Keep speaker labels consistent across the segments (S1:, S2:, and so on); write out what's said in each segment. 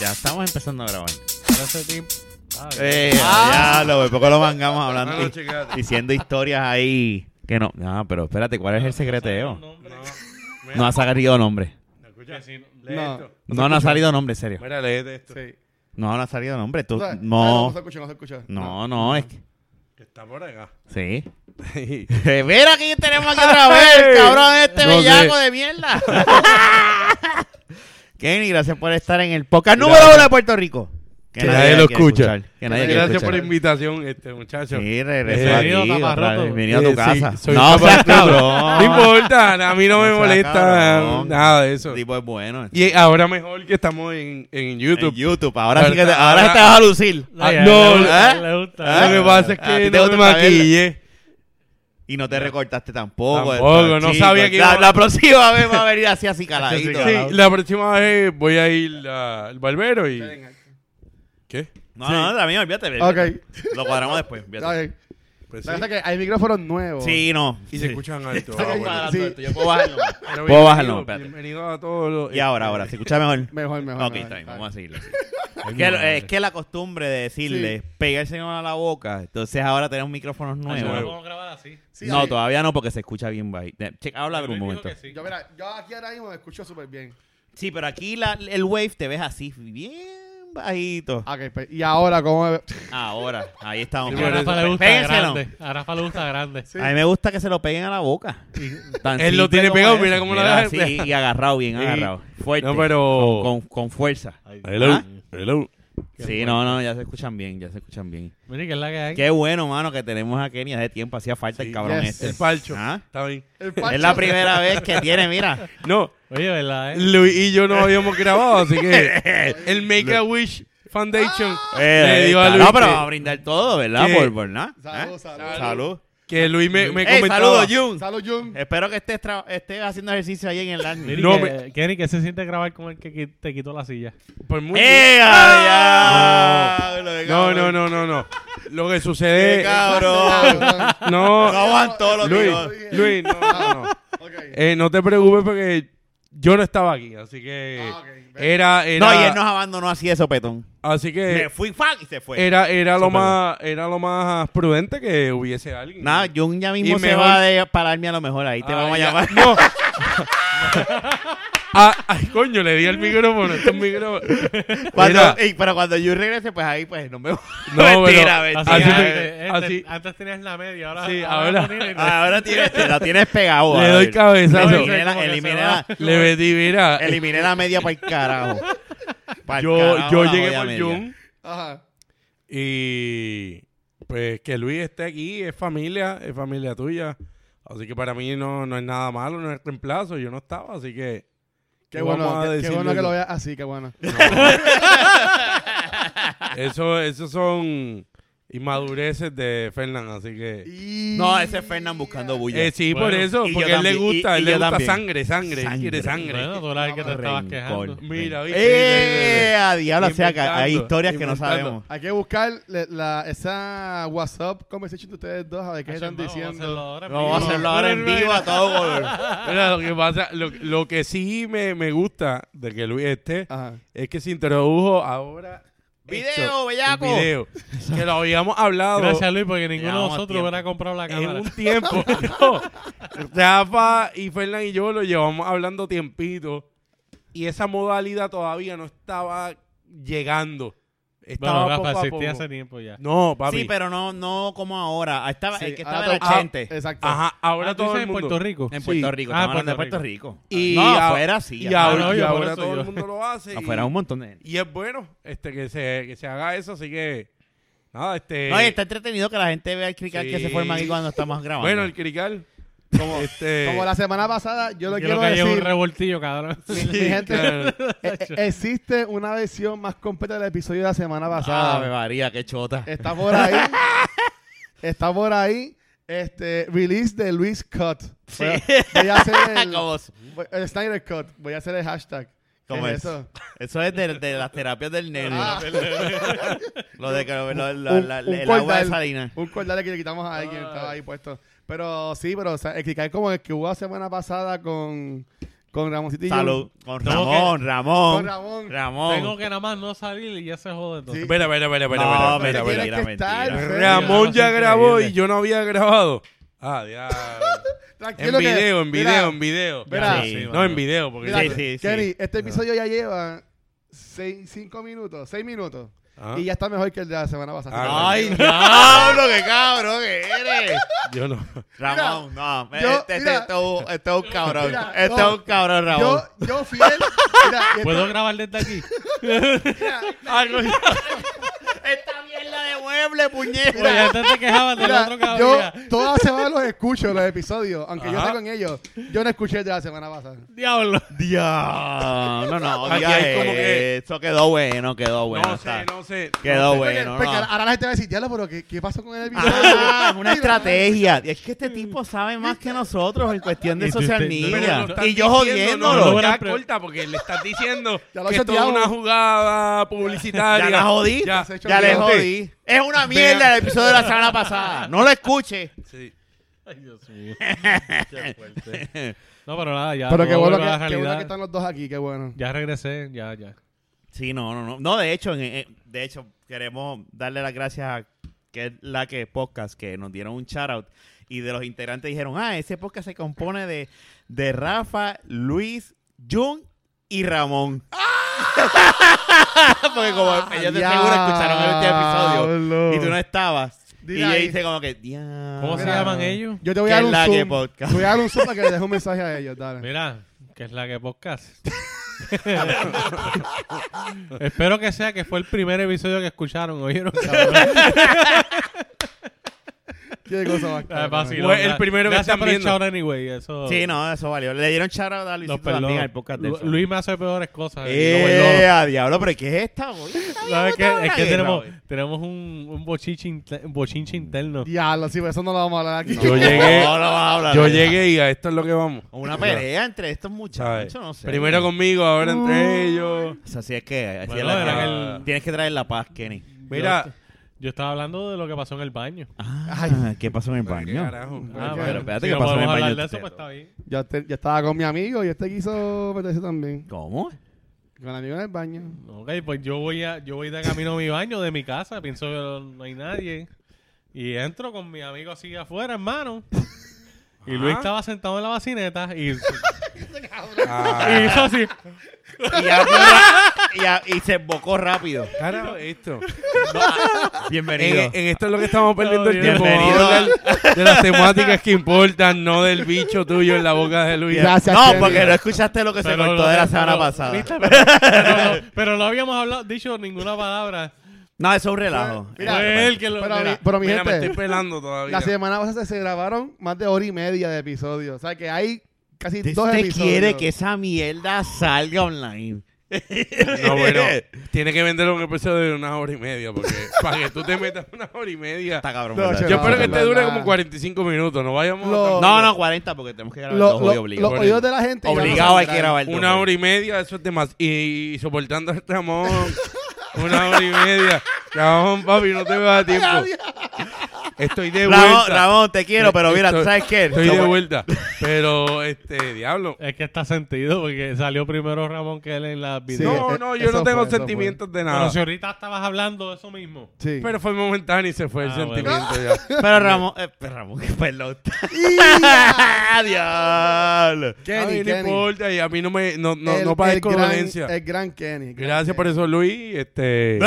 S1: Ya estamos empezando a grabar.
S2: Ese tipo. Ah,
S1: Eh,
S2: Ah.
S1: Ya lo, por poco lo mangamos hablando
S3: Bueno,
S1: y-
S3: chicas,
S1: diciendo historias ahí que no. No, pero espérate, ¿cuál es el secreteo?
S3: no,
S1: No ha salido nombre.
S3: mira, escucha, lee
S2: No.
S3: esto.
S1: No, no ha salido nombre, en serio.
S3: Mira, léete esto.
S2: Sí.
S1: No, no ha salido nombre. Tú,
S3: Ah,
S1: no,
S3: no se escucha, no se escucha.
S1: no, no, es que.
S3: Que está por acá.
S1: Sí. Mira que tenemos aquí otra vez, cabrón, este
S2: No sé.
S1: bellaco de mierda. Kenny, gracias por estar en el podcast número uno de Puerto Rico.
S3: Que nadie lo
S1: quiere
S3: escucha.
S1: escuchar, Que nadie quiere
S3: Gracias por
S1: escuchar.
S3: la invitación, este muchacho.
S1: Sí, regresó
S2: Bienvenido,
S1: aquí otra
S2: taparroto.
S1: vez. Bienvenido a
S3: Eh,
S1: tu
S3: sí,
S1: casa.
S3: soy
S1: no
S3: taparroto.
S1: seas cabrón.
S3: No importa, a mí no me
S1: seas
S3: molesta
S1: cabrón.
S3: nada de eso.
S1: El tipo es bueno.
S3: Y ahora mejor que estamos en, en
S1: YouTube.
S3: YouTube.
S1: YouTube. Ahora sí que te,
S3: Ahora-
S1: ahora te vas a lucir.
S3: Ah,
S2: ya,
S3: no,
S2: le gusta,
S1: ¿eh?
S2: le gusta.
S1: Ah,
S3: Lo que pasa es
S1: a ti te
S3: que no
S1: gusta
S3: me
S1: saberla.
S3: maquillé.
S1: Y no te recortaste tampoco.
S3: Tampoco, no
S1: chico.
S3: sabía que
S1: la,
S3: iba-
S1: la próxima vez va a venir así, así caladito.
S3: Sí, la próxima vez voy a ir a- al barbero y... ¿Qué?
S1: No, no, no, también olvídate. olvídate.
S2: Ok.
S1: Lo cuadramos después. olvídate.
S2: Está bien.
S3: Pues
S2: La
S3: sí.
S2: cosa es que hay micrófonos nuevos.
S1: Sí, no.
S3: Y se escuchan alto.
S1: Estaba
S2: Sí.
S1: guardando
S2: Sí.
S1: esto, Yo puedo bajarlo.
S3: Pero
S1: Puedo bajarlo,
S3: bienvenido,
S1: espérate.
S3: Bienvenido a todos los... Eh,
S1: Y ahora, ahora, ¿se escucha mejor?
S2: Mejor, mejor.
S1: Ok,
S2: mejor.
S1: está bien,
S2: Ah.
S1: vamos a seguirlo. así. Es que, es que la costumbre de decirle pegarse a la boca, entonces ahora tenemos micrófonos
S3: Nuevo.
S1: nuevos.
S4: grabar así.
S2: Sí,
S1: no,
S2: sí.
S1: todavía no, porque se escucha bien bajito. Eh, Check, habla por un
S4: Luis dijo
S1: momento.
S4: que
S1: Sí.
S4: sí.
S2: Yo, mira, yo aquí ahora mismo me escucho súper bien.
S1: pero aquí la- el wave te ves así, bien bajito.
S2: Ok, pues, y ahora, ¿cómo me...
S1: Ah, Ahora, ahí estamos.
S3: Sí,
S4: A
S3: pero-
S1: Pe-
S4: Rafa le gusta
S1: péguenselo.
S4: grande. A Rafa le gusta grande.
S1: A mí me gusta que se lo peguen a la boca. Tan
S3: Él lo
S1: simple
S3: tiene
S1: como
S3: pegado,
S1: eso.
S3: mira cómo lo deja.
S1: así, y agarrado, bien
S3: Sí.
S1: agarrado. Fuerte.
S3: No, pero...
S1: con, con fuerza.
S3: Hello,
S1: ¿Ah?
S3: hello.
S1: Sí, no, no, ya se escuchan bien, ya se escuchan bien.
S4: Mire, que es la que hay.
S1: Qué bueno, mano, que tenemos a Kenny hace tiempo. Hacía falta el
S3: Sí,
S1: cabrón
S2: yes.
S1: este.
S3: El palcho.
S1: Ah.
S3: Está bien.
S2: El
S1: Es
S2: Pancho-
S1: la primera vez que tiene, mira.
S3: No,
S4: Oye, ¿verdad? Eh?
S3: Luis y yo no habíamos grabado, así que el Make a Wish Foundation
S2: Ah.
S3: le dio a Luis
S1: Eh, no, pero vamos a
S3: que,
S1: brindar todo, ¿verdad?
S3: ¿Qué?
S1: Por, por nada.
S2: Salud,
S1: ¿Eh?
S2: salud.
S1: Salud.
S3: que Luis me, me
S1: Ey,
S3: comentaba.
S1: saludos, Eh, Jun.
S2: eh, Salud, Jun.
S1: Espero que estés, tra- estés haciendo ejercicio ahí en el
S4: Mire,
S1: Army.
S3: No,
S4: que,
S3: me-
S4: Kenny, ¿qué se siente grabar con el que qui- te quitó la silla?
S3: Pues muy
S1: ¡Eh,
S3: Ah.
S1: diablo, qué
S3: No,
S1: cabrón!
S3: no, no, no, no. Lo que
S1: ¡Qué
S3: sucede
S1: cabrón! No
S3: no,
S1: aguantó los
S3: Luis,
S1: tiros.
S3: Luis, no, no, no.
S2: Ok.
S3: Eh, no te preocupes porque yo no estaba aquí, así que
S2: Ah, ok.
S3: era, era
S1: No, y él nos abandonó así de sopetón.
S3: así
S1: Me
S3: que
S1: fui fan y se fue.
S3: Eh, era era lo
S1: Súper.
S3: más era lo más prudente que hubiese alguien.
S1: Nada, Jun ya mismo
S3: Y
S1: se
S3: mejor-
S1: va de pararme a lo mejor. Ahí te
S3: Ah,
S1: vamos a
S3: ya.
S1: llamar.
S3: No. Ah, ay, coño, le di al micrófono. Este es un micrófono.
S1: Cuando,
S3: Mira,
S1: ey, pero cuando yo regrese, pues ahí pues nos vemos.
S3: No,
S1: eh, mentira,
S3: pero-
S1: mentira.
S3: Así
S4: Así,
S3: fue-
S4: este,
S3: eh, así-
S4: Antes tenías la media, ahora.
S3: Sí, ahora-
S4: no tienes.
S1: Ahora tienes, la tienes pegado.
S3: Le
S1: a
S3: doy
S1: ver.
S3: cabezazo.
S1: Eliminé la,
S4: Como que se
S1: eliminé la-
S4: va.
S3: le metí, mira.
S1: eliminé la media para el carajo. Pa'l
S3: Yo,
S1: carajo
S3: yo
S1: la
S3: llegué
S1: jodida
S3: por
S1: media.
S3: Jun
S2: Ajá.
S3: y pues que Luis esté aquí, es familia, es familia tuya. Así que para mí no, no es nada malo, no es reemplazo. Yo no estaba, así que.
S2: Qué
S3: ¿qué
S2: bueno,
S3: vamos a
S2: qué- qué
S3: decirle
S2: bueno que
S3: yo?
S2: lo veas así, qué bueno.
S3: Eso, esos son inmadureces de Fernán, así que.
S1: No, ese es Fernán buscando bulla.
S3: Eh, sí,
S4: Bueno,
S3: por eso,
S1: y yo
S3: porque a él le
S1: también, y-
S3: gusta, a
S1: y
S3: él le
S1: yo
S3: gusta
S1: también.
S3: sangre, sangre, él quiere
S1: Sangre.
S3: sangre.
S4: Bueno, tú eras el que te estabas
S1: Rencor.
S4: quejando.
S3: Mira,
S1: ¡Eh!
S3: ¿viste? ¿viste?
S1: a diablo, o sea, que hay
S3: Inventando,
S1: historias que no
S3: inventando.
S1: sabemos.
S2: Hay que buscar le- la, esa WhatsApp conversation de ustedes dos a ver qué
S4: Hacho,
S2: están
S4: vamos a hacerlo
S2: diciendo.
S4: ahora en
S1: Vamos a
S4: vivo.
S1: hacerlo ahora en vivo a todo color.
S3: Mira, lo que pasa, lo, lo que sí me, me gusta de que Luis esté
S1: Ah.
S2: Ajá.
S3: es que se introdujo ahora. esto,
S1: ¡Video,
S3: el
S1: bellaco!
S3: video. Que lo habíamos hablado
S4: Gracias, Luis, porque ninguno de
S1: Llevamos
S4: nosotros
S1: tiempo.
S4: hubiera comprado la
S3: en
S4: cámara.
S3: un tiempo. No. Rafa y Fernán y yo lo llevamos hablando tiempito. Y esa modalidad todavía no estaba llegando. Estaba
S4: Bueno, Rafa,
S3: poco a poco.
S4: existía hace tiempo ya.
S3: No, papi.
S1: Sí, pero no, no como ahora. Ahí Estaba, el que
S2: ahora
S1: estaba era
S2: todo-
S1: Chente.
S2: Ah, exacto.
S3: Ajá, ahora
S4: Ah, tú
S3: todo
S4: dices
S3: el
S4: en
S3: mundo.
S4: Puerto Rico.
S1: En Puerto Rico.
S4: Ah,
S1: estamos hablando de
S4: Puerto
S1: Puerto Rico.
S3: Y
S1: no,
S3: a-
S1: afuera sí.
S3: Y
S1: ajá.
S3: ahora,
S4: no,
S3: y
S4: yo por
S3: ahora
S4: eso
S3: todo
S4: yo.
S3: el mundo lo hace.
S1: Afuera
S3: y-
S1: un montón de gente.
S3: Y es bueno este que se, que se haga eso, así que nada, este
S1: No, y está entretenido que la gente vea el crical que se
S3: Sí.
S1: forma aquí cuando estamos grabando.
S3: bueno, el crical
S2: Como,
S1: Eh,
S3: este
S2: como la semana pasada, yo lo
S4: Yo
S2: quiero
S4: lo que llevo un
S2: decir.
S4: revoltillo, cabrón.
S2: mi- mi gente,
S3: claro.
S2: e- e- existe una versión más completa del episodio de la semana
S1: Ah, me
S2: pasada.
S1: varía, qué chota.
S2: está por ahí. está por ahí. Este, release de Luis Cut. Voy a, voy a hacer el,
S1: Como-
S2: voy- el Snyder Cut. Voy a hacer el hashtag.
S1: ¿Cómo
S2: ¿Qué
S1: es? Eso es de, de las terapias del nene.
S2: Ah.
S1: Lo de que lo- lo- lo-
S2: Un-
S1: la-
S2: un
S1: el agua de Ah.
S2: cordal.
S1: salina.
S2: Un cordal que le quitamos a alguien, estaba ahí puesto. Pero sí, pero o sea, explicar como el que hubo la semana pasada con, con Ramoncito y
S1: Salud. Con
S4: Tengo que-
S1: Ramón,
S2: yo. Con
S1: Ramón.
S2: Ramón.
S1: Ramón.
S4: Tengo que nada más no salir y ya se jode todo.
S2: Sí.
S3: Espera, espera, espera, espera,
S1: No,
S3: espera, espera,
S1: mentira,
S3: espera.
S2: Tienes que
S1: mentira.
S2: estar, Fer.
S3: Ramón ya
S4: Increíble.
S3: grabó y yo no había grabado. Ah, ya. En
S2: Tranquilo que-
S3: video, en
S2: mira,
S3: video, en video.
S2: Verá.
S1: Sí,
S3: No, en
S4: video.
S3: video, porque...
S2: Mira,
S1: Sí, sí, sí.
S2: Kenny, este episodio ya lleva 5 minutos, 6 minutos.
S3: Ah,
S2: Y ya está mejor que el de la semana pasada.
S3: Ah,
S1: Ay, diablo, qué cabrón que eres.
S3: Yo no.
S1: Ramón, no.
S2: yo-
S1: este, este-
S2: mira.
S1: este es un- este es un cabrón.
S2: Mira,
S1: este
S2: no.
S1: es un cabrón, Ramón.
S2: yo, yo fiel. Mira, y esto-
S4: ¿Puedo grabar desde aquí?
S1: Esta mierda de mueble, puñeta.
S4: Porque antes te quejabas del
S2: mira,
S4: otro que
S2: yo
S4: había.
S2: todas las semanas los escucho, los episodios. Aunque yo
S3: Ajá.
S2: esté con ellos, yo no escuché el de la semana pasada.
S4: Diablo.
S1: Diablo. No, no,
S3: Aquí
S1: diga
S3: hay como que-
S1: Eso quedó bueno, quedó bueno.
S3: no
S1: está.
S3: sé, no sé.
S1: Quedó
S2: Porque-
S1: bueno.
S2: porque
S1: no.
S2: ahora la gente va a decir, diablo, pero ¿qué, qué pasó con el episodio?
S1: Ah, es una
S2: Mira,
S1: estrategia. Y Es que este tipo sabe más que nosotros en cuestión de
S4: Y tú-
S1: social
S4: usted-
S1: media.
S3: Pero lo estás
S1: y yo
S3: diciendo,
S1: jodiéndolo.
S3: No,
S4: No,
S3: ya
S4: pero-
S3: corta porque le estás diciendo
S2: Ya lo
S3: que es toda
S2: choteamos.
S3: una jugada
S1: ya
S3: publicitaria.
S1: la jodí.
S3: Ya.
S1: Ya,
S2: se echó
S1: le
S2: miedo.
S1: jodí. Es una mierda el episodio de la semana pasada. No lo escuche.
S3: Sí.
S4: Ay, Dios mío. Qué fuerte. No, pero nada, ya.
S2: Pero qué
S4: todo
S2: bueno, que,
S4: vuelve a la
S2: qué bueno
S4: realidad.
S2: que están los dos aquí, qué bueno.
S4: Ya regresé, ya, ya.
S1: Sí, no, no, no. No, de hecho, en- en- de hecho, queremos darle las gracias a que es la que podcast que nos dieron un shout out y de los integrantes dijeron, ah, ese podcast se compone de, de Rafa, Luis, Jun y Ramón. Porque como
S2: Ah,
S1: ellos de seguro escucharon el último episodio
S2: Diablo.
S1: y tú no estabas.
S2: Dile
S1: y ella
S2: ahí.
S1: dice como que, "Diablo".
S4: ¿Cómo se
S2: Mira. eh,
S4: llaman ellos?
S2: Yo te voy
S1: Que
S2: a dar
S1: es
S2: un
S1: la que
S2: zoom.
S1: podcast.
S2: Voy a dar un zoom para que le deje un mensaje a ellos, dale.
S4: Mira, que es la que podcast. Espero que sea que fue el primer episodio que escucharon, oyeron.
S2: Qué cosa más
S4: Ah,
S2: cabrona.
S4: vacilón.
S3: Fue el primero que
S4: Gracias
S3: están
S4: por el
S3: viendo.
S4: shout anyway, eso.
S1: Sí, no, eso valió. Le dieron shout out a Luis
S4: Los perdón.
S1: también al podcast de
S4: Lu-
S1: eso.
S4: Luis me hace peores cosas.
S1: ¡Eh, a diablo! ¿Pero qué es esta, güey?
S4: Lo perdono. ¿Sabes qué? Es que
S1: guerra,
S4: tenemos, tenemos un, un, bochinche, inte- un bochinche interno.
S2: Diablo, sí, pero eso no lo vamos a hablar aquí.
S3: Yo llegué-
S1: No, no vas a hablar
S3: Yo
S1: de eso.
S3: llegué y a esto es lo que vamos.
S1: Una pelea entre estos muchachos,
S3: ¿Sabes?
S1: no sé.
S3: Primero conmigo, ahora entre ellos.
S1: O sea, así es que así
S4: Bueno,
S1: es la-
S4: era el-
S1: tienes que traer la paz, Kenny.
S3: Mira,
S4: Yo estaba hablando de lo que pasó en el baño.
S1: Ah, ¿qué pasó en el
S3: ¿Qué
S1: baño?
S3: carajo?
S2: Ah,
S4: bueno.
S2: pero
S1: espérate,
S4: Si
S1: ¿qué
S4: no
S1: pasó en el
S4: podemos
S1: baño
S4: hablar
S1: de
S4: de eso,
S1: usted?
S4: pues está bien.
S2: Yo, te- yo estaba con mi amigo y este quiso meterse también.
S1: ¿Cómo?
S2: Con el amigo en el baño.
S4: Ok, pues yo voy, a, yo voy de camino a mi baño, de mi casa, pienso que no hay nadie. Y entro con mi amigo así afuera, hermano. Y Luis
S3: Ajá.
S4: estaba sentado en la bacineta y, y
S3: Ah,
S4: hizo así.
S1: Y, abrió- y a- y se embocó rápido.
S3: carajo, esto.
S1: Bienvenido.
S3: En, en esto es lo que estamos perdiendo el
S4: Dios.
S3: tiempo. Vamos
S1: Bienvenido.
S3: a hablar de las temáticas que importan, no del bicho tuyo en la boca de Luis.
S2: Ya. Gracias,
S1: no,
S2: Kenny.
S1: porque no escuchaste lo que se
S4: Pero
S1: cortó
S4: lo-
S1: de la
S4: pero-
S1: semana pasada.
S4: ¿viste? Pero, pero no, pero no habíamos hablado, dicho ninguna palabra.
S1: No, eso es un relajo.
S2: Mira,
S4: Fue él que lo.
S2: Pero,
S4: mira,
S2: mi, pero mi
S3: Mira, me
S2: gente,
S3: estoy pelando todavía.
S2: la semana pasada se grabaron más de hora y media de episodios. O sea que hay casi dos
S1: Usted
S2: episodios.
S1: quiere que esa mierda salga online.
S3: No, bueno, tiene que vender un episodio de una hora y media, porque para que tú te metas una hora y media.
S1: Está cabrón.
S2: No,
S1: ¿verdad?
S2: che,
S3: Yo
S2: No,
S3: espero que
S2: no,
S3: este dure
S2: no.
S3: como 45 minutos, no vayamos
S2: Lo-
S3: a-
S1: No, no, 40 porque tenemos que grabar
S2: Lo-
S1: dos
S2: lo-
S1: hoy obligado.
S2: los oídos de la gente. ya no
S1: Obligado
S2: son
S1: hay que
S2: grandes.
S1: grabar dos
S3: Una
S1: hoy.
S3: hora y media, eso es demasiado. Y, y soportando el Ramón, una hora y media. Ramón, papi, no te vas a tiempo. Estoy de
S1: Ramón,
S3: vuelta.
S1: Ramón, te quiero, pero mira, ¿tú
S3: Estoy-
S1: sabes qué?
S3: Estoy de
S1: Somos-
S3: vuelta. Pero, este, diablo.
S4: Es que está sentido porque salió primero Ramón que él en las
S2: Sí,
S4: videos.
S3: no,
S2: eh,
S3: no, yo
S2: eso
S3: no tengo
S2: fue, eso
S3: sentimientos de
S4: pero
S3: nada.
S4: si ahorita estabas hablando de eso mismo.
S2: Sí.
S3: Pero fue momentáneo y se fue el
S4: Ah,
S3: sentimiento ya.
S1: Pero Ramón, eh, pero Ramón, qué pelota. Diablo.
S3: A mí
S2: Kenny,
S3: no
S2: Kenny.
S3: importa y a mí no me no, no,
S2: el,
S3: no padezco
S2: el gran,
S3: dolencia.
S2: El gran Kenny. el gran
S3: Gracias por
S2: Kenny.
S3: eso, Luis. Este,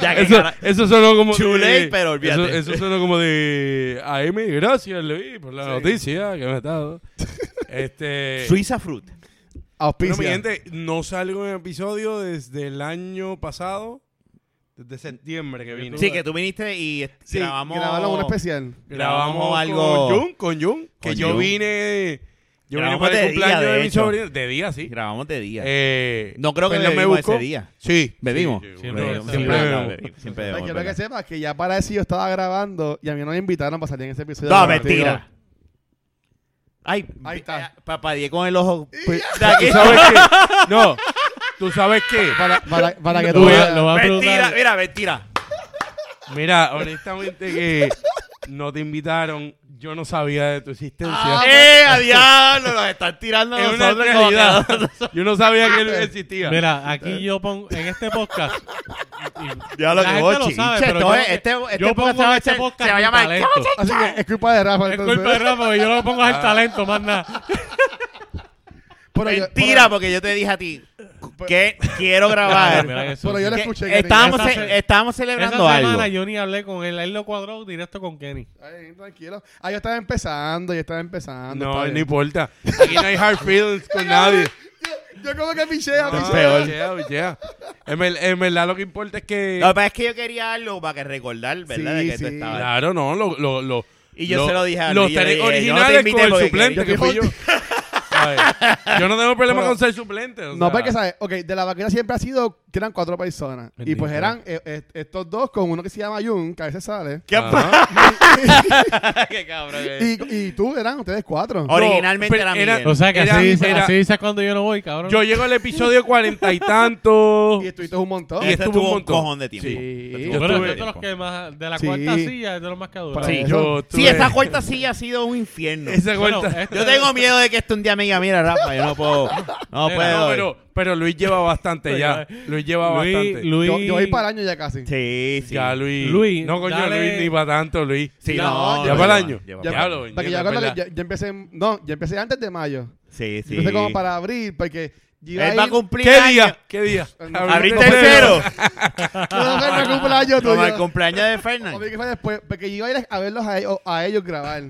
S1: Ya que
S3: eso,
S1: cara-
S3: eso sonó como.
S1: Too
S3: de-
S1: late, pero olvídate.
S3: Eso, eso sonó como de AM. Gracias, Luis, por la
S2: Sí.
S3: noticia que me has dado. este.
S1: Suiza Fruit.
S3: Bueno,
S2: Auspicia.
S3: mi gente, no salgo en episodio desde el año pasado. Desde septiembre que vino.
S1: Sí, que tú viniste y
S3: Sí,
S1: grabamos.
S2: Grabaron un especial.
S3: grabamos
S1: grabamos
S3: algo.
S1: algo-
S3: Con Jun, con Jun. Que
S1: Con
S3: yo
S1: Jun.
S3: vine. Yo vine
S1: Grabamos
S3: para el
S1: de día,
S3: cumpleaños de,
S1: de
S3: mi
S1: hecho.
S3: sobrino. De día, sí.
S1: Grabamos de día.
S3: Eh,
S1: no creo que
S3: Fernan
S1: bebimos ese día.
S3: Sí.
S1: ¿Bebimos?
S3: Sí, sí,
S4: Siempre
S3: bebimos.
S4: bebemos.
S3: Siempre
S4: Siempre
S3: bebemos.
S1: bebemos. Siempre
S2: Ay,
S1: bebemos,
S2: Quiero que
S1: ¿verdad?
S2: sepas que ya para eso yo estaba grabando y a mí no me invitaron para salir en ese episodio.
S1: No,
S2: contigo.
S1: mentira. Ay,
S2: Ahí está.
S1: eh, Papá Diego con el ojo.
S3: Pues,
S1: De aquí.
S3: ¿Tú sabes qué? No. ¿Tú sabes qué?
S2: Para, para, para que
S4: Lo
S2: tú
S4: voy a-
S2: veas.
S4: lo voy a preguntar.
S1: Mentira, mira, mentira.
S3: Mira, honestamente que no te invitaron, yo no sabía de tu existencia.
S1: ¡Eh, a diablo! Nos están tirando a
S3: Es una
S1: nosotros como
S3: realidad.
S1: que-
S3: Yo no sabía que él existía.
S4: Mira, aquí yo pongo en este podcast. y- y
S1: Ya lo
S4: la
S1: que
S4: gente
S1: voy,
S4: lo sabe,
S1: chinche,
S4: pero
S1: esto
S4: yo-
S1: es- este- este
S4: yo
S1: podcast
S4: pongo
S1: se
S4: en
S1: va a
S4: este
S1: hacer-
S4: podcast
S1: se va a
S4: mi
S1: llamar-
S4: talento.
S2: Así que es culpa de Rafa.
S4: Es
S2: entonces.
S4: culpa de Rafa, porque yo lo pongo
S1: Ah.
S4: al talento, más nada.
S2: Pero yo-
S1: Mentira, porque yo te dije a ti que quiero grabar.
S4: Mira eso,
S2: Pero yo
S4: sí.
S2: le
S1: Que
S2: escuché que
S1: estábamos,
S4: tenía-
S1: ce-
S4: Esa se-
S1: estábamos
S4: Esa
S1: celebrando
S4: semana
S1: algo.
S4: yo ni hablé con él, él lo cuadró directo con Kenny.
S2: Ay, tranquilo. Ah, yo estaba empezando, yo estaba empezando.
S3: no,
S2: está
S3: no
S2: bien.
S3: importa. Aquí no hay hard feelings con nadie.
S2: Yo como que piché a
S3: No, pichea, pichea. En, ver- en verdad lo que importa es que...
S4: Ah,
S1: Lo que pasa es que yo quería algo para que recordar, ¿verdad? de
S2: Sí,
S1: que tú
S2: sí.
S1: estabas.
S4: ah.
S3: Claro, no, lo... lo, lo
S1: Y yo se lo dije a
S3: Los
S1: Luis, yo le
S3: tres
S1: dije, yo no te
S3: originales
S1: invité
S3: con el
S1: porque
S3: suplente,
S2: quería-
S3: que fui yo. ¿Sabes? Yo no tengo problema
S2: Pero-
S3: con ser suplente. o
S2: No,
S3: sea.
S2: porque, ¿sabes? Ok, de la vaquera siempre ha sido que eran cuatro personas. Y
S4: Bendito.
S2: pues eran eh, eh, estos dos con uno que se llama Jun, que a veces sale.
S1: ¿Qué
S3: Ajá.
S1: pasa? Qué cabrón. eh.
S2: Y, y tú eran ustedes cuatro.
S1: Ahora- Originalmente
S3: No,
S1: era
S3: pero
S1: Miguel.
S4: O sea que
S3: era-
S4: así, dice-
S3: era-
S4: así dices cuando yo no voy, cabrón.
S3: Yo llego al episodio cuarenta y tanto.
S2: Y estuviste un montón.
S1: Y
S3: Y
S1: eso
S3: estuvo
S1: estuvo
S3: un
S1: un
S3: montón.
S1: cojón de tiempo.
S2: Sí.
S1: Eso estuvo
S3: Yo
S1: un
S4: Bueno,
S1: cojón
S4: tú
S1: de
S3: estuve-
S4: eres este de
S1: tiempo.
S4: los que más, de la
S2: Sí.
S4: cuarta silla, es de los más que duran.
S2: Para
S1: Sí.
S2: eso.
S3: Yo
S1: Sí,
S3: tuve-
S1: esa cuarta silla ha sido un infierno.
S3: Esa
S4: Bueno,
S3: cuarta-
S4: este-
S1: Yo tengo miedo de que esto un día me diga, mira, Rafa, yo no puedo. No
S4: Mira,
S1: puedo.
S3: No, pero, pero Luis lleva bastante ya. Luis lleva
S4: Luis-
S3: bastante.
S4: Luis,
S2: Yo, yo voy para el año ya casi.
S1: Sí, sí.
S3: Ya, Luis.
S4: Luis,
S3: no, coño,
S4: dale-
S3: Luis ni para tanto, Luis.
S1: Sí,
S2: No,
S1: no,
S3: ya
S1: no,
S3: para el
S1: no,
S3: año.
S1: ya
S3: Ya,
S1: para el año.
S3: lo-
S2: Porque
S3: ya,
S2: ya, cuando
S3: verdad.
S2: yo, yo empecé, en- no, yo empecé antes de mayo.
S1: Sí, sí.
S2: Yo empecé como para abril, porque yo iba a
S1: Él va a
S2: ir-
S1: cumplir
S3: ¿Qué
S1: año.
S3: día? ¿Qué día?
S2: No,
S1: Abril
S2: Abril
S1: tercero.
S2: No, no, no, no, cumpleaños
S1: Como el
S2: tuyo.
S1: cumpleaños de
S2: O
S1: Fernan.
S2: bien que fue después, porque yo iba a ir a verlos a ellos, a ellos grabar.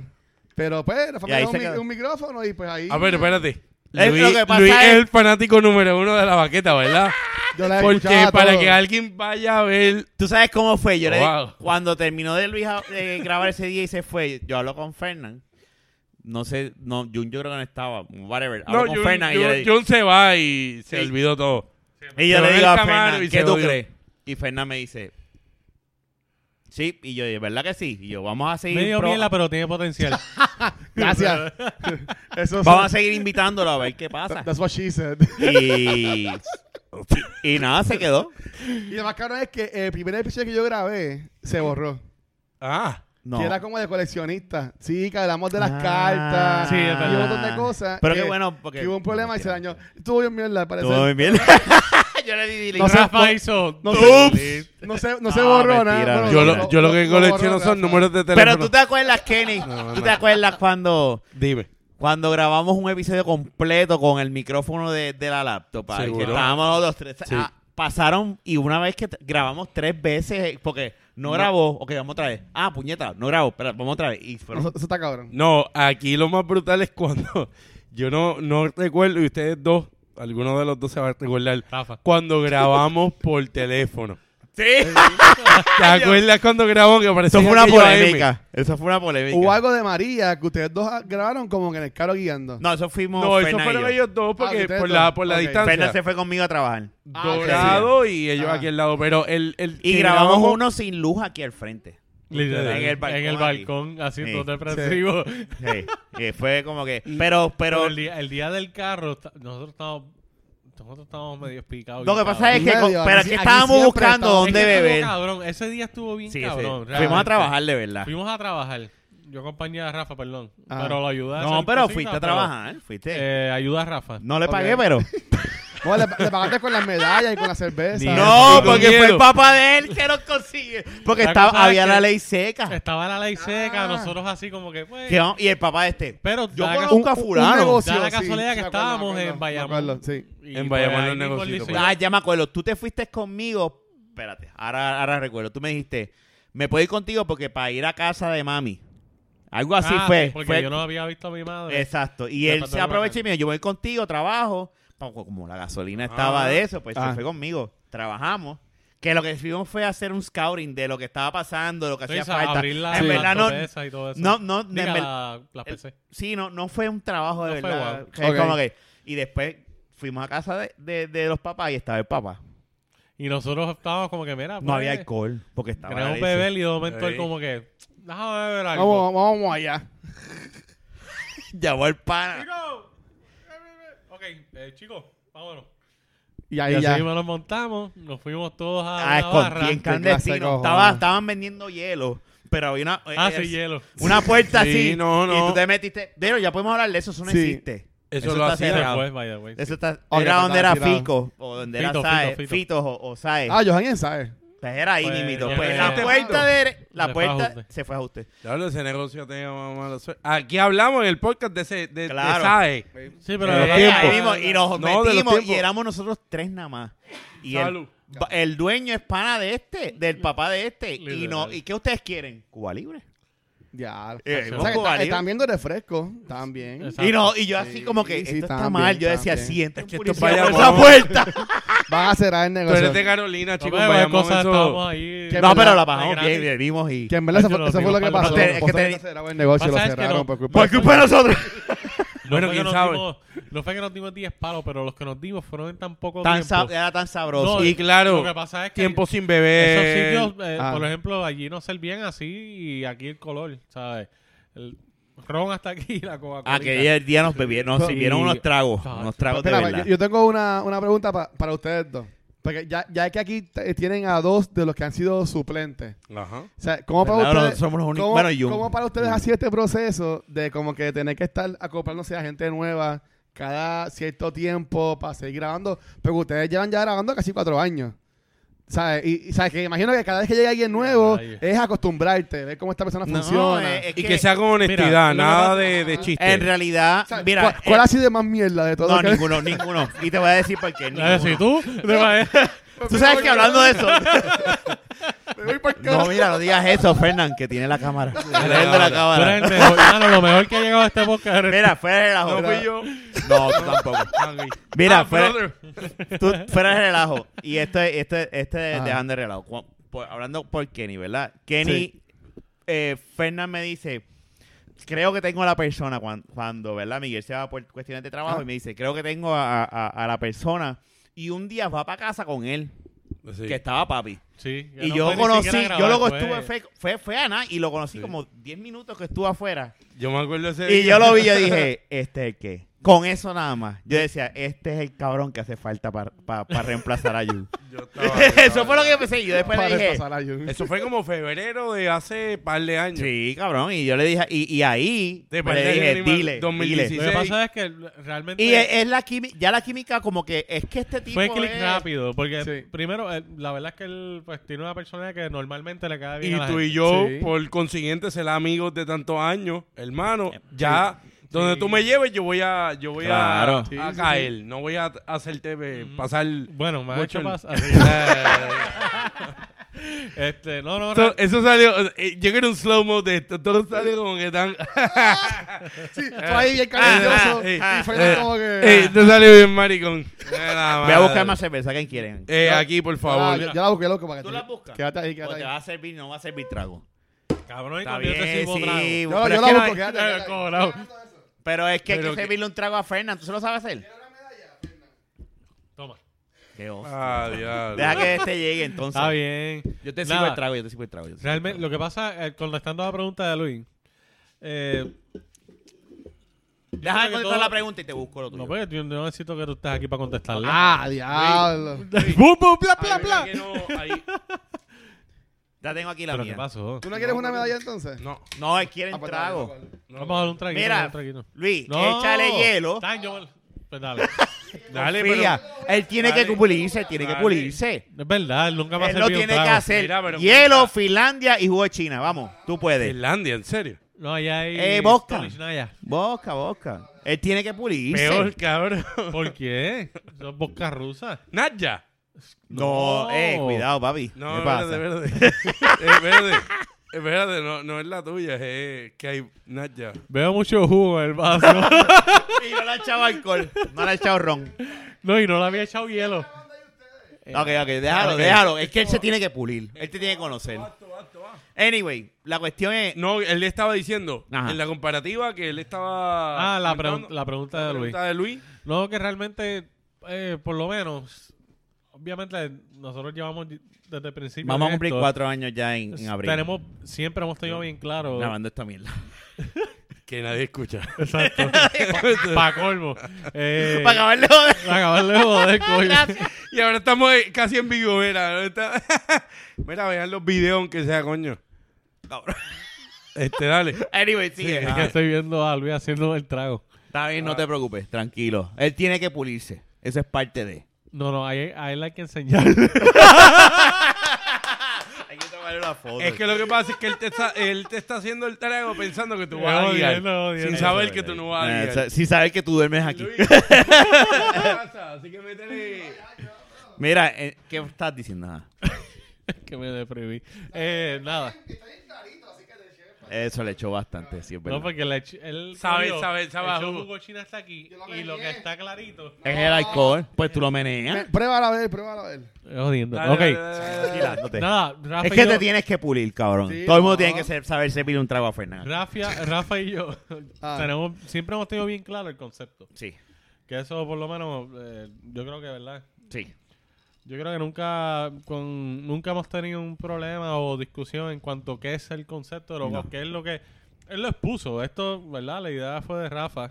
S2: Pero pues, Rafa
S1: Y
S2: me
S1: ahí se
S2: dio un, mi-
S1: quedó. Ah,
S2: un micrófono y pues ahí.
S3: A ver, espérate.
S1: Es
S3: Luis,
S1: lo que pasa
S3: Luis
S1: es-
S3: es el fanático número uno de la baqueta, ¿verdad?
S2: yo la
S3: Porque
S2: escuchaba
S3: para
S2: todo.
S3: que alguien vaya a ver.
S1: ¿Tú sabes cómo fue? Yo le-
S3: Wow.
S1: cuando terminó de Luis a- eh, grabar ese día y se fue, yo hablo con Fernan. No sé, no, Jun yo creo que no estaba, whatever. Hablo
S3: No,
S1: con
S3: Jun,
S1: Fernan y yo le,
S3: Jun- Jun se va y se
S1: Sí.
S3: olvidó todo.
S1: y yo le
S3: se va
S1: digo
S3: en el
S1: a
S3: Camaro
S1: Fernan,
S3: y
S1: ¿qué
S3: se
S1: tú
S3: odió".
S1: crees? Y Fernan me dice, sí, y yo, "¿De ¿verdad que sí? Y yo, vamos a seguir,
S4: medio
S1: pro-
S4: mierda, pero tiene potencial.
S2: Gracias. Eso
S1: vamos a
S2: es.
S1: seguir invitándolo a ver qué pasa.
S2: That's what she said.
S1: Y, y nada, se quedó.
S2: Y lo más cabrón es que el primer episodio que yo grabé se borró.
S3: Ah,
S1: No.
S2: Que era como de coleccionista. Sí, que hablamos de las
S1: Ah.
S2: cartas.
S4: Sí, es
S2: Y un
S4: verdad.
S2: montón de cosas.
S1: Pero
S2: que-
S1: qué bueno, porque...
S2: Que hubo un problema y se dañó. Estuvo bien mierda, parece.
S1: Todo bien. yo le di delete.
S2: No sé,
S4: Rafa
S2: no-
S4: hizo.
S2: no
S4: dos
S2: sé.
S4: leads.
S2: No se, no se
S1: Ah,
S2: borró
S1: mentira,
S2: nada. Bueno,
S3: yo
S1: no,
S3: lo, yo lo que
S2: borró,
S3: colecciono
S2: Rafa.
S3: son números de teléfono.
S1: Pero tú te acuerdas, Kenny. tú te acuerdas cuando,
S3: Dime.
S1: cuando grabamos un episodio completo con el micrófono de, de la laptop. ah,
S3: Seguro.
S1: que estábamos los dos, tres.
S3: Sí.
S1: Ah, pasaron y una vez que t- grabamos tres veces, eh, porque no,
S3: No.
S1: grabó. Ok, vamos otra vez. Ah, puñeta, no grabó. Espera, vamos otra vez. Y fueron-
S2: Eso, eso está cabrón.
S3: No, aquí lo más brutal es cuando yo no, no recuerdo, y ustedes dos, alguno de los dos se va a recordar,
S4: Rafa.
S3: cuando grabamos por teléfono.
S1: Sí.
S3: ¿Te acuerdas cuando grabamos que apareció
S1: Eso fue una polémica. Eso fue una polémica.
S2: Hubo algo de María que ustedes dos ah, grabaron como que en el carro guiando.
S1: No, eso fuimos.
S3: No, eso
S1: Fernan y
S3: fueron
S1: yo.
S3: ellos dos
S2: Ah,
S3: porque
S2: ustedes
S3: por
S2: dos.
S3: la, por la
S2: Ok.
S3: distancia.
S1: Fernan se fue conmigo a trabajar.
S2: Ah, ok.
S3: Dorado y ellos
S2: Ah.
S3: aquí al lado. Pero el, el
S1: Y
S3: que
S1: grabamos, uno sin luz aquí al frente.
S4: Literal.
S1: En el balcón
S4: En el
S1: aquí.
S4: balcón, así
S1: Sí.
S4: todo depresivo.
S1: Sí. Y fue como que. Pero,
S4: Pero
S1: pero.
S4: el día, el día del carro, está- nosotros estábamos, nosotros estábamos medio picados.
S1: Lo que
S4: bien
S1: pasa es que.
S2: Medio,
S1: con- Pero
S2: aquí-
S1: aquí
S2: aquí
S1: estábamos
S2: siempre
S1: buscando
S4: cabrón.
S2: estamos-
S1: dónde
S4: Es que estuvo
S1: beber.
S4: cabrón. Ese día estuvo bien
S1: Sí, sí.
S4: cabrón.
S1: Fuimos a
S4: realmente.
S1: trabajar de verdad.
S4: Fuimos a trabajar. Yo acompañé a Rafa, perdón.
S2: Ah.
S4: Pero lo ayudé. a
S1: No,
S4: hacer
S1: pero
S4: cositas,
S1: fuiste a
S4: pero,
S1: trabajar. Fuiste.
S4: Eh, ayuda a Rafa.
S1: No le
S2: ok.
S1: pagué, pero.
S2: No, le, le pagaste con las medallas y con la cerveza.
S4: Ni-
S1: No,
S3: con
S1: porque fue el
S3: miedo.
S1: papá de él que nos consigue. Porque
S4: La
S1: estaba,
S4: cosa es
S1: había
S4: que- este
S1: la ley seca.
S4: Estaba la ley seca,
S2: Ah.
S4: nosotros así como que, pues.
S1: Que vamos- Y el papá de este.
S4: Pero
S1: Yo
S4: da la-
S1: conozco a fulano.
S2: negocio,
S4: da la
S2: sí,
S4: casualidad
S2: sí,
S4: que
S2: me acuerdo,
S4: estábamos
S2: me acuerdo,
S4: en
S2: me
S4: Bayamón.
S2: acuerdo, sí.
S4: Y,
S3: En Bayamón
S4: ahí
S3: los
S4: mismo el
S3: negocios,
S4: liceo.
S1: Ah, ya me acuerdo. Tú te fuiste conmigo. Espérate, ahora, ahora recuerdo. Tú me dijiste, me puedo ir contigo porque para ir a casa de mami. Algo así
S4: Ah,
S1: fue.
S4: Porque
S1: fue-
S4: yo no había visto a mi madre.
S1: Exacto. Y
S4: Me
S1: él
S4: faltó
S1: se
S4: el
S1: aprovechó
S4: huracán.
S1: y me dijo, yo voy contigo, trabajo. Pa- Como la gasolina estaba
S3: Ah.
S1: de eso, pues se
S2: Ah.
S1: fue conmigo. Trabajamos. Que lo que hicimos fue hacer un scouting de lo que estaba pasando, lo que hacía
S4: Entonces,
S1: falta.
S4: Pues, abrir la-
S1: En
S4: la
S1: verdad no...
S4: laptop esa y todo eso.
S1: No, no, en
S4: Diga,
S1: ver-
S4: la, la PC.
S1: Sí, no, no fue un trabajo de
S4: No fue
S1: verdad.
S4: guau.
S1: Que es
S2: Ok.
S1: como que- y después fuimos a casa de, de- de los papás y estaba el papá.
S4: Y nosotros estábamos como que, mira,
S1: No
S4: pues,
S1: había alcohol, porque estaba... la
S4: Queremos
S1: leche.
S4: beber y de momento él
S3: Sí.
S4: como que, déjame beber algo.
S2: Vamos, vamos allá.
S1: Llamó el pana.
S4: Chico, ok, eh, chicos, vámonos.
S2: Y
S4: Y
S2: ahí
S4: así
S2: ya.
S4: mismo nos montamos, nos fuimos todos a
S1: Ah,
S4: la
S1: es con
S4: barra.
S1: bien
S2: clase de
S1: clandestino.
S2: cojones.
S1: Estaba, estaban vendiendo hielo. pero había una,
S4: Ah,
S1: eh,
S4: sí, hielo.
S1: una puerta
S3: Sí,
S1: así.
S3: no, no.
S1: Y tú te metiste. Pero ya podemos hablar de eso, eso no
S2: Sí.
S1: existe.
S3: Eso,
S1: Eso
S3: lo
S1: está
S3: hacía.
S1: cerrado.
S3: Raúl.
S4: Después, pues, by the way.
S1: Eso está,
S2: Ok,
S1: era
S2: pues,
S1: donde
S2: estaba
S1: era
S2: tirado.
S1: Fico, o donde
S4: Fito,
S1: era
S4: Fito,
S1: Sae,
S4: Fito.
S1: Fitos o, o Sae.
S2: Ah, Johan sabe.
S1: Pues era ahí,
S4: Pues,
S1: nimito.
S4: ya
S1: Pues
S4: fue.
S1: la puerta de. La
S4: Se fue a
S1: puerta
S4: ajuste.
S1: se fue a usted.
S3: Diablo, ese negocio tenía más mala suerte. Aquí hablamos en el podcast de, ese, de, de
S1: Claro.
S3: SAE.
S4: Sí, pero... eh,
S3: De los
S1: Ahí
S3: tiempos.
S1: vimos, y nos
S3: No, de los
S1: metimos y
S3: tiempos.
S1: éramos nosotros tres nada más. Y
S3: Salud.
S1: el, ba- el dueño es pana de este, del papá de este. Y no,
S4: Literal.
S1: ¿y qué ustedes quieren? Cuba Libre.
S2: Ya.
S1: Eh,
S2: o sea, que
S1: Cuba
S2: está-
S1: Libre.
S2: están viendo refresco también.
S4: Exacto.
S1: Y no, y yo así
S2: Sí,
S1: como que
S2: sí,
S1: esto está
S2: también,
S1: mal. Yo decía,
S2: también.
S1: siente
S3: Es
S1: un
S3: que esto
S1: policía
S3: vaya
S1: por esa
S3: bobo.
S1: puerta.
S2: Van a cerrar el
S3: Tú eres de
S2: negocio.
S3: Carolina, chicos.
S4: pero
S3: vayamos
S4: cosas
S3: eso.
S4: estábamos ahí...
S2: Que
S1: No, pero la
S4: Ay,
S1: bajamos
S4: gratis.
S1: bien, le dimos y.
S2: Que en verdad eso
S4: Yo
S2: fue,
S4: lo
S2: eso fue
S4: digo,
S2: lo que
S4: para-
S2: pasó.
S1: para- es que
S2: Postobón
S1: te-
S2: cerraba el negocio, lo
S4: Pasa es que
S2: cerraron
S4: no-
S2: por culpa
S1: Por culpa de nosotros.
S3: Bueno,
S4: no, fue que
S3: quién
S4: nos
S3: sabe.
S4: dimos- no fue que nos dimos 10 palos, pero los que nos dimos fueron tan poco
S1: Tan
S4: tiempo.
S1: sab- era tan sabroso.
S4: No,
S3: Y claro,
S4: Lo que pasa es que
S3: tiempo sin
S4: esos
S3: beber.
S4: sitios, eh,
S2: ah.
S4: por ejemplo, allí no servían así y aquí el color, ¿sabes? El ron hasta aquí y la Coca-Cola.
S1: Aquel día nos bebieron, nos
S2: Pero-
S1: sirvieron
S4: y-
S1: unos tragos.
S4: Chacho.
S1: Unos tragos de
S2: Espera,
S1: verdad.
S2: yo, yo tengo una, una pregunta pa- para ustedes dos. Porque ya, ya que aquí t- eh, tienen a dos de los que han sido suplentes.
S3: Ajá.
S2: O sea, ¿cómo para
S1: ¿Verdad? No,
S2: ustedes,
S1: somos los únicos-
S2: cómo-
S1: bueno, y un-
S2: cómo para ustedes así este proceso de como que tener que estar acoplándose a gente nueva cada cierto tiempo para seguir grabando? Porque ustedes llevan ya grabando casi cuatro años. ¿Sabes? Y, y ¿sabes? que imagino que cada vez que llega alguien nuevo
S4: Rayos.
S2: es acostumbrarte, ver cómo esta persona
S1: No,
S2: funciona.
S1: eh, eh,
S3: Y
S1: que-
S3: que sea con
S4: Mira,
S3: honestidad,
S4: lo que
S3: nada
S4: pasa-
S3: de, de chiste.
S1: En realidad,
S2: O sea,
S1: mira.
S2: ¿cuál,
S1: eh,
S2: cuál ha sido más mierda de todo?
S1: No,
S2: lo que-
S1: ninguno, ninguno. Y te voy a decir por qué.
S4: A ver,
S1: ninguno.
S4: si tú, te vas a-
S1: Tú sabes que hablando de eso.
S2: Me voy pa'l carajo.
S1: No, mira, no digas eso, Fernán, que tiene la cámara. Prende la
S4: tú eres
S1: cámara.
S4: el mejor. Mano, lo mejor que ha llegado a este podcast eres
S1: Mira, fuera de
S3: No
S1: relajo.
S3: fui yo. Ah,
S1: No, tú tampoco. Mira, fuera, tú, fuera de relajo. Y esto, es- esto, es- este es
S2: Ajá.
S1: dejando de relajo. Cu- por- hablando por Kenny, ¿verdad? Kenny,
S2: Sí.
S1: eh, Fernán me dice, creo que tengo a la persona cuan- cuando, ¿verdad? Miguel se va por cuestiones de trabajo
S2: Ah.
S1: y me dice, creo que tengo a, a- a la persona. Y un día va para casa con él, que estaba papi.
S4: Sí, ya
S1: Y
S4: no
S1: yo
S4: fue ni
S1: conocí,
S4: siquiera grabar, pues.
S1: yo luego
S4: fue-
S1: estuve, fue, fue, fue a nada, y lo conocí
S3: Sí.
S1: como 10 minutos que estuvo afuera.
S3: Yo me acuerdo ese
S1: Y
S3: día.
S1: yo lo vi y yo dije, este es el que. Con eso nada más. Yo decía, este es el cabrón que hace falta para reemplazar a Yu.
S3: Yo estaba-
S1: eso fue lo que yo pensé. Y yo después
S2: Para
S1: le dije, Eh,
S2: repasar a Jun.
S3: Eso fue como febrero de hace par de años.
S1: sí, cabrón. Y yo le dije, y, y ahí
S3: De
S1: pues,
S3: parte
S1: le
S3: de
S1: dije,
S3: Animal
S1: dile, dile.
S4: Lo
S3: 2016.
S4: que pasa es que realmente...
S1: Y es, es la química, ya la química como que es que este tipo
S4: Fue clic
S1: es-
S4: rápido, porque
S2: Sí.
S4: primero, eh, la verdad es que él pues, tiene una persona que normalmente le cae bien
S3: Y
S4: a la
S3: tú
S4: gente.
S3: y yo,
S2: Sí.
S3: por consiguiente, será amigos de tantos años, hermano. Ya, donde tú me lleves, yo voy a, yo voy a-
S1: Claro.
S3: a,
S2: Sí, sí, sí.
S3: caer. No voy a hacerte eh, pasar.
S4: Bueno, me ha
S3: Mucho
S4: hecho
S3: el-
S4: pasar.
S1: Eh.
S4: este, no, no,
S3: Eso,
S4: real-
S3: eso salió. eh, Yo quiero un slow-mo de esto. Todo salió como que tan.
S2: Sí, fue ahí
S1: eh,
S2: bien cariñoso.
S3: ah,
S2: y fue
S3: eh,
S2: como que. ah,
S3: Eh, te salió bien, maricón.
S1: Voy a buscar más cerveza, ¿quién quieren?
S3: Eh, aquí, por
S2: Ah,
S3: favor.
S2: yo, yo la busqué loco para que
S1: ¿Tú
S2: te-
S1: la buscas?
S2: Quédate
S1: Pues
S2: ahí, quédate
S1: te
S2: ahí.
S1: va a servir, no va a servir trago.
S4: cabrón, y
S1: Está
S4: cuando yo te
S1: bien,
S4: sirvo trago.
S1: sí.
S2: Yo,
S1: pero,
S2: yo
S1: es
S2: la
S1: que no
S2: busco,
S1: hay-
S2: quédate,
S4: Eh,
S2: quédate.
S4: cobrado.
S1: pero es que hay
S3: Pero
S1: que
S3: que-
S1: servirle un trago a Fernán. ¿Tú se lo sabes hacer?
S4: Toma.
S1: Qué oso.
S3: Ah, diablo.
S1: Deja que este llegue entonces.
S4: Está bien.
S1: Yo te
S4: Nada.
S1: sigo el trago, yo te sigo el trago. yo te sigo el
S4: Realmente, lo que pasa, eh, contestando a la pregunta de Luis, eh,
S1: trago. Deja de
S4: creo que
S1: contestar
S4: todo-
S1: la pregunta y te busco lo tuyo.
S4: no, pues, yo no necesito que tú estés aquí para contestarla.
S2: Ah, diablo.
S4: ¡Bum, bum, bla,
S3: Ay, mira que no, ahí-
S1: Ya tengo aquí la
S4: ¿Pero qué
S1: mía.
S4: pasó?
S2: ¿Tú no quieres una medalla entonces?
S3: No.
S1: No, él quiere
S2: Ah,
S1: el
S2: pues, dale,
S1: trago.
S2: dale, dale.
S3: no.
S4: Vamos a dar un traguito.
S1: Mira,
S4: un traguito.
S1: Luis, échale hielo.
S4: Tan, yo- Pues dale.
S3: Dale,
S1: Fría.
S3: pero.
S1: Él tiene
S3: dale.
S1: que pulirse, él tiene que
S3: Dale.
S1: pulirse.
S4: Es verdad, él nunca me ha
S1: Él lo
S4: servido un
S1: tiene que
S4: trago.
S1: hacer.
S3: Mira, pero-
S1: hielo, Finlandia y jugo de China. Vamos, tú puedes.
S3: Finlandia, en serio.
S4: No, allá hay...
S1: Eh, vodka.
S4: Tolishnaya.
S1: Bosca, bosca. Él tiene que pulirse.
S3: Peor, cabrón.
S4: ¿Por qué? Son vodka rusas.
S3: Nadja.
S1: No,
S4: No.
S1: eh, cuidado, papi.
S3: No,
S1: ¿Qué
S3: espérate,
S1: pasa?
S3: espérate. Eh, espérate. Espérate, no, no es la tuya, es que hay Nadja.
S4: Veo mucho jugo en el vaso.
S1: Y no le ha echado alcohol, no le ha echado ron.
S4: no, y no le había echado hielo.
S1: Ok, ok, déjalo,
S4: ok.
S1: déjalo. Es que él se tiene que pulir. Él te tiene que conocer. Anyway, la cuestión es.
S3: No, él le estaba diciendo
S1: Ajá.
S3: en la comparativa que él estaba.
S4: Ah, la,
S3: comentando-
S4: pregun- la pregunta de
S3: la
S4: Luis.
S3: pregunta de Luis.
S4: No, que realmente, eh, por lo menos, obviamente nosotros llevamos di- desde el principio.
S1: Vamos a
S4: en
S1: cumplir
S4: esto.
S1: cuatro años ya en, en abril.
S4: Tenemos, siempre hemos tenido bien claro.
S1: grabando esta mierda.
S3: Que nadie escucha.
S4: Exacto. pa' colmo. Eh,
S1: Para acabar de joder.
S4: pa' acabarle de joder, coño.
S3: y ahora estamos eh, casi en vivo, mira. ahora está- mira, vean los videos, aunque sea, coño.
S1: cabrón.
S3: Este, dale.
S1: Anyway, sigue.
S4: Es que estoy viendo a Luis haciendo el trago.
S1: Está bien, no te preocupes, tranquilo. Él tiene que pulirse. Eso es parte de.
S4: No, no, a él, a él hay que enseñar.
S1: Hay que tomarle una foto.
S3: Es que lo que pasa es que él te está, él te está haciendo el trago pensando que tú vas
S4: Jodiendo,
S3: a guiar.
S4: jodiendo.
S3: sin saber que tú no vas a guiar.
S1: Eh, Si sabes que tú duermes aquí.
S3: Luis, ¿qué pasa? Así que métele.
S1: Mira, eh, ¿qué estás diciendo? Ah, Ajá.
S4: que me deprimí. Eh, nada.
S1: Eso le echó bastante, sí, es verdad.
S4: No, porque la ch- él
S3: Sabe,
S4: cogió-
S3: sabe, sabe a
S4: echó
S3: jugo.
S4: jugo china hasta aquí
S2: Yo lo
S4: y lo que
S2: meneé.
S4: está clarito.
S1: Es el alcohol, pues tú lo meneas.
S2: Ven, Pruébala a ver, pruébala a ver.
S4: Es jodiendo.
S3: Dale,
S4: ok.
S3: dale, dale, dale.
S1: Tirándote.
S4: Nada, Rafa
S1: Es que
S4: y yo,
S1: te tienes que pulir, cabrón.
S2: Sí,
S1: Todo el mundo
S2: no.
S1: tiene que ser- saber servir un trago a Fernando.
S4: Rafa, Rafa y yo
S2: Ah.
S4: tenemos, siempre hemos tenido bien claro el concepto.
S1: Sí,
S4: Que eso por lo menos, eh, yo creo que, ¿verdad?
S1: sí.
S4: Yo creo que nunca con nunca hemos tenido un problema o discusión en cuanto a qué es el concepto de lo
S1: No.
S4: qué es lo que él lo expuso. Esto, ¿verdad? La idea fue de Rafa.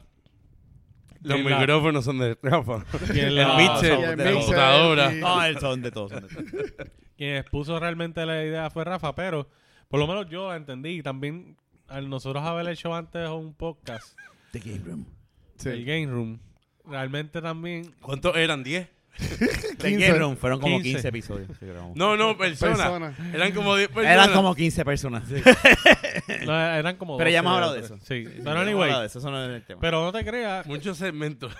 S3: Los
S4: Y la-
S3: micrófonos son de Rafa.
S4: Quien
S3: El
S4: la-
S3: mixer,
S1: son
S2: Y el
S1: de
S3: Ah, la
S2: mixer,
S3: computadora. Ah,
S2: y-
S1: No, el son de todos. son de todos.
S4: quien expuso realmente la idea fue Rafa, pero por lo menos yo la entendí. Y también al nosotros haber hecho antes un podcast,
S1: The Game Room.
S4: el
S2: Sí.
S4: Game Room, realmente también
S3: ¿Cuántos eran? ¿10?
S1: The
S2: 15.
S1: Game Room fueron como 15,
S4: 15
S1: episodios. que grabamos.
S3: No, no, personas.
S2: Personas.
S3: Eran como 10 personas.
S1: Eran como 15 personas.
S4: no, eran como.
S1: Pero ya
S4: 12
S1: hemos hablado de
S4: otras.
S1: eso.
S4: Sí,
S1: No
S4: pero
S1: hemos hablado de
S4: anyway.
S1: Eso eso no es el tema.
S4: Pero no te creas,
S3: Muchos segmentos.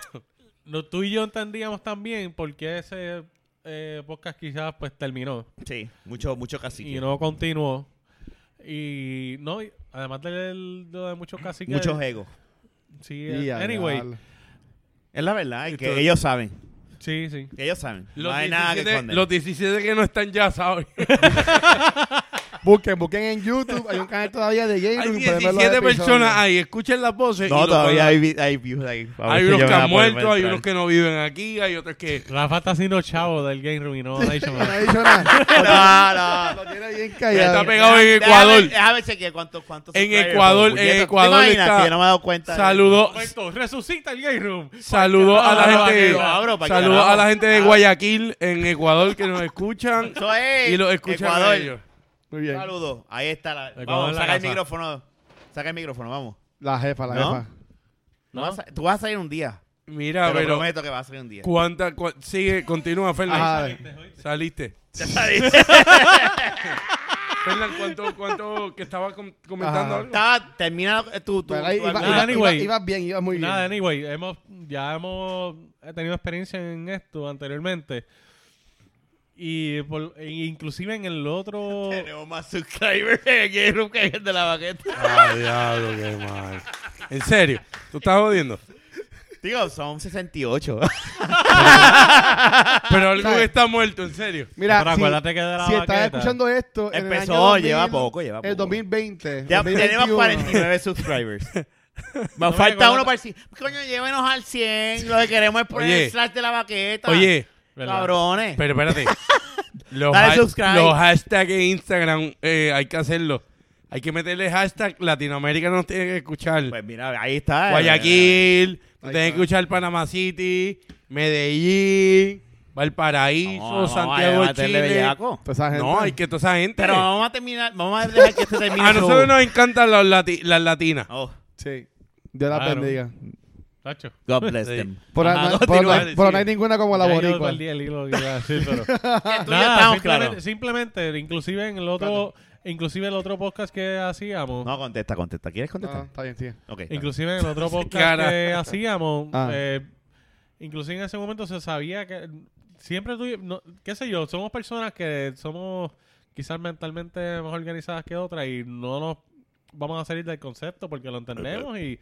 S4: no, tú y yo entendíamos también por qué ese eh, podcast quizás pues terminó.
S1: sí, mucho, mucho cacique.
S4: y no continuó. Y no, y además del- de, lo de muchos caciques.
S1: Muchos egos.
S4: Sí, eh,
S2: Y a
S4: anyway.
S2: diablo.
S1: Es la verdad, es que
S3: Esto-
S1: ellos saben.
S4: Sí, sí.
S1: Ellos saben. no
S3: Los,
S1: hay nada que
S3: 17,
S1: esconder.
S3: los 17 que no están ya, ¿sabes?
S2: Busquen, busquen en YouTube. Hay un canal todavía de Game
S3: Hay
S2: Room. pueden ver los
S3: 17
S2: episodios.
S3: personas ahí. Escuchen las voces. y
S1: No,
S3: los
S1: todavía
S3: van a-
S1: hay, vi- hay views ahí. A ver
S3: Hay
S1: si
S3: unos
S1: yo
S3: que
S1: me pues, voy a
S3: han
S1: poder
S3: muerto, hay
S1: entrar.
S3: unos que no viven aquí, hay otros que...
S4: Rafa está haciendo chavo del Game Room y no ha dicho
S2: No ha
S4: nada.
S2: dicho nada.
S1: No, no.
S2: Lo tiene bien
S3: Está
S2: callado.
S3: pegado en
S1: Déjame-
S3: Ecuador.
S1: Déjame chequear cuántos cuántos
S3: En
S1: subscribers,
S3: Ecuador,
S1: puñeta.
S3: en
S1: ¿Te
S3: Ecuador
S1: imaginas?
S3: está-
S1: Yo no me he dado cuenta. de-
S3: Saludó,
S4: Momento, resucita el Game Room.
S3: saludó a la
S1: Ah,
S3: gente...
S1: vaquero, abro, pa' que
S3: Saludó a
S1: grabamos.
S3: la gente
S1: Ah.
S3: de Guayaquil, en Ecuador, que nos escuchan.
S1: Eso es.
S3: Y los escuchan a ellos.
S2: Muy bien.
S1: Saludos. Ahí está la.
S4: Ecuador
S1: Vamos,
S4: en la
S1: saca el
S4: casa.
S1: micrófono. Saca el micrófono, vamos.
S2: La jefa, la
S1: ¿No?
S2: jefa.
S1: No vas a- tú vas a salir un día.
S3: Mira,
S1: te lo
S3: Ah, pero...
S1: prometo que vas a salir un día.
S3: ¿Cuánta? cua- sigue, continúa, Fernández.
S2: Ajá, a ver.
S3: Saliste.
S1: Ya salí.
S3: Fernan, ¿cuánto, cuánto que estaba com- comentando
S2: Ajá.
S3: algo?
S1: Estaba- termina tu. tu,
S2: Pero ahí
S1: tu
S2: iba-
S1: argumento.
S2: iba-
S4: anyway.
S2: iba- Ibas bien, ibas muy bien.
S4: Nada, anyway, hemos, ya hemos tenido experiencia en esto anteriormente. Y por- e inclusive en el otro...
S1: Tenemos más subscribers en el Game Room que en el de la baqueta.
S3: Ah, diablo, qué mal. En serio, tú estás jodiendo.
S1: Digo, son 68.
S3: Pero algo
S2: ¿Sabes?
S3: que está muerto, en serio.
S2: Mira,
S4: Pero
S2: si,
S4: acuérdate que de la
S2: si estás
S4: baqueta-
S2: escuchando esto. en el
S1: Empezó,
S2: año 2000,
S1: lleva poco, lleva poco.
S2: El 2020.
S1: ya
S2: 2021.
S1: tenemos 49 subscribers. Nos
S4: me
S1: falta
S4: acuerdo-
S1: uno para el 100. Coño, llévenos al 100. Lo que queremos es poner
S3: Oye.
S1: el slash de la baqueta.
S3: Oye,
S4: ¿verdad?
S1: Cabrones.
S3: pero espérate. Los,
S1: Dale
S3: has-
S1: subscribe.
S3: los hashtags en Instagram eh, hay que hacerlo. Hay que meterle hashtag Latinoamérica nos tiene que escuchar.
S1: Pues mira, ahí está.
S3: Guayaquil, nos
S2: Ahí
S3: tiene que
S2: está.
S3: escuchar Panama City, Medellín, Valparaíso,
S1: Vamos, vamos allá,
S3: Santiago de
S1: meterle
S3: Chile.
S1: bellaco.
S2: Toda esa gente.
S3: No, hay que toda esa gente.
S1: Pero vamos a terminar, vamos a dejar que este termine.
S3: a
S1: su-
S3: nosotros nos encantan los lati- las latinas.
S1: Oh,
S2: Sí. Dios la
S4: Claro.
S2: bendiga.
S4: Tacho.
S1: God bless
S3: Sí.
S1: them.
S2: Por,
S1: Ajá, continúa.
S2: no, por-
S3: continúa,
S2: por no
S3: sigue.
S2: hay ninguna como la
S4: Ya yo
S2: boricua.
S4: perdí el hilo que iba a decir, pero-
S1: Que tú y yo
S4: Nada,
S1: estamos
S4: simplemente,
S1: claros.
S4: simplemente, inclusive en el otro, inclusive el otro podcast que hacíamos,
S1: No, contesta, contesta. ¿Quieres
S2: No,
S1: contestar?
S2: está bien, sigue.
S1: Ok. Ah, está bien.
S4: inclusive en el otro podcast
S3: Cara.
S4: que hacíamos,
S2: Ah.
S4: eh, inclusive en ese momento se sabía que siempre tú, no, qué sé yo, somos personas que somos quizás mentalmente más organizadas que otras y no nos vamos a salir del concepto porque lo entendemos y,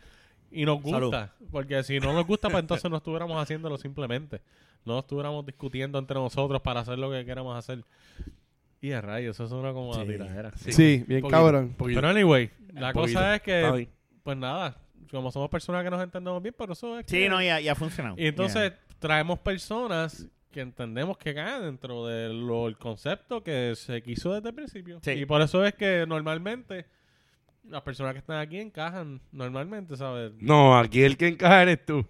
S4: y nos gusta, porque si no nos gusta pues entonces no estuviéramos haciéndolo simplemente, no estuviéramos discutiendo entre nosotros para hacer lo que queramos hacer. Y a rayos, eso suena como a
S1: Sí.
S4: tiradera.
S2: Sí, bien
S3: Poquito,
S2: cabrón.
S3: poquito.
S4: Pero anyway, la
S3: Poquito.
S4: cosa es
S3: Está
S4: que,
S3: bien.
S4: pues nada, como somos personas que nos entendemos bien, pero eso es
S1: Sí,
S4: que-
S1: no, ya, ya ha funcionado.
S4: Y entonces traemos personas que entendemos que caen dentro del concepto que se quiso desde el principio.
S1: Sí.
S4: Y por eso es que normalmente las personas que están aquí encajan normalmente, ¿sabes?
S3: No, aquí el que encaja eres tú.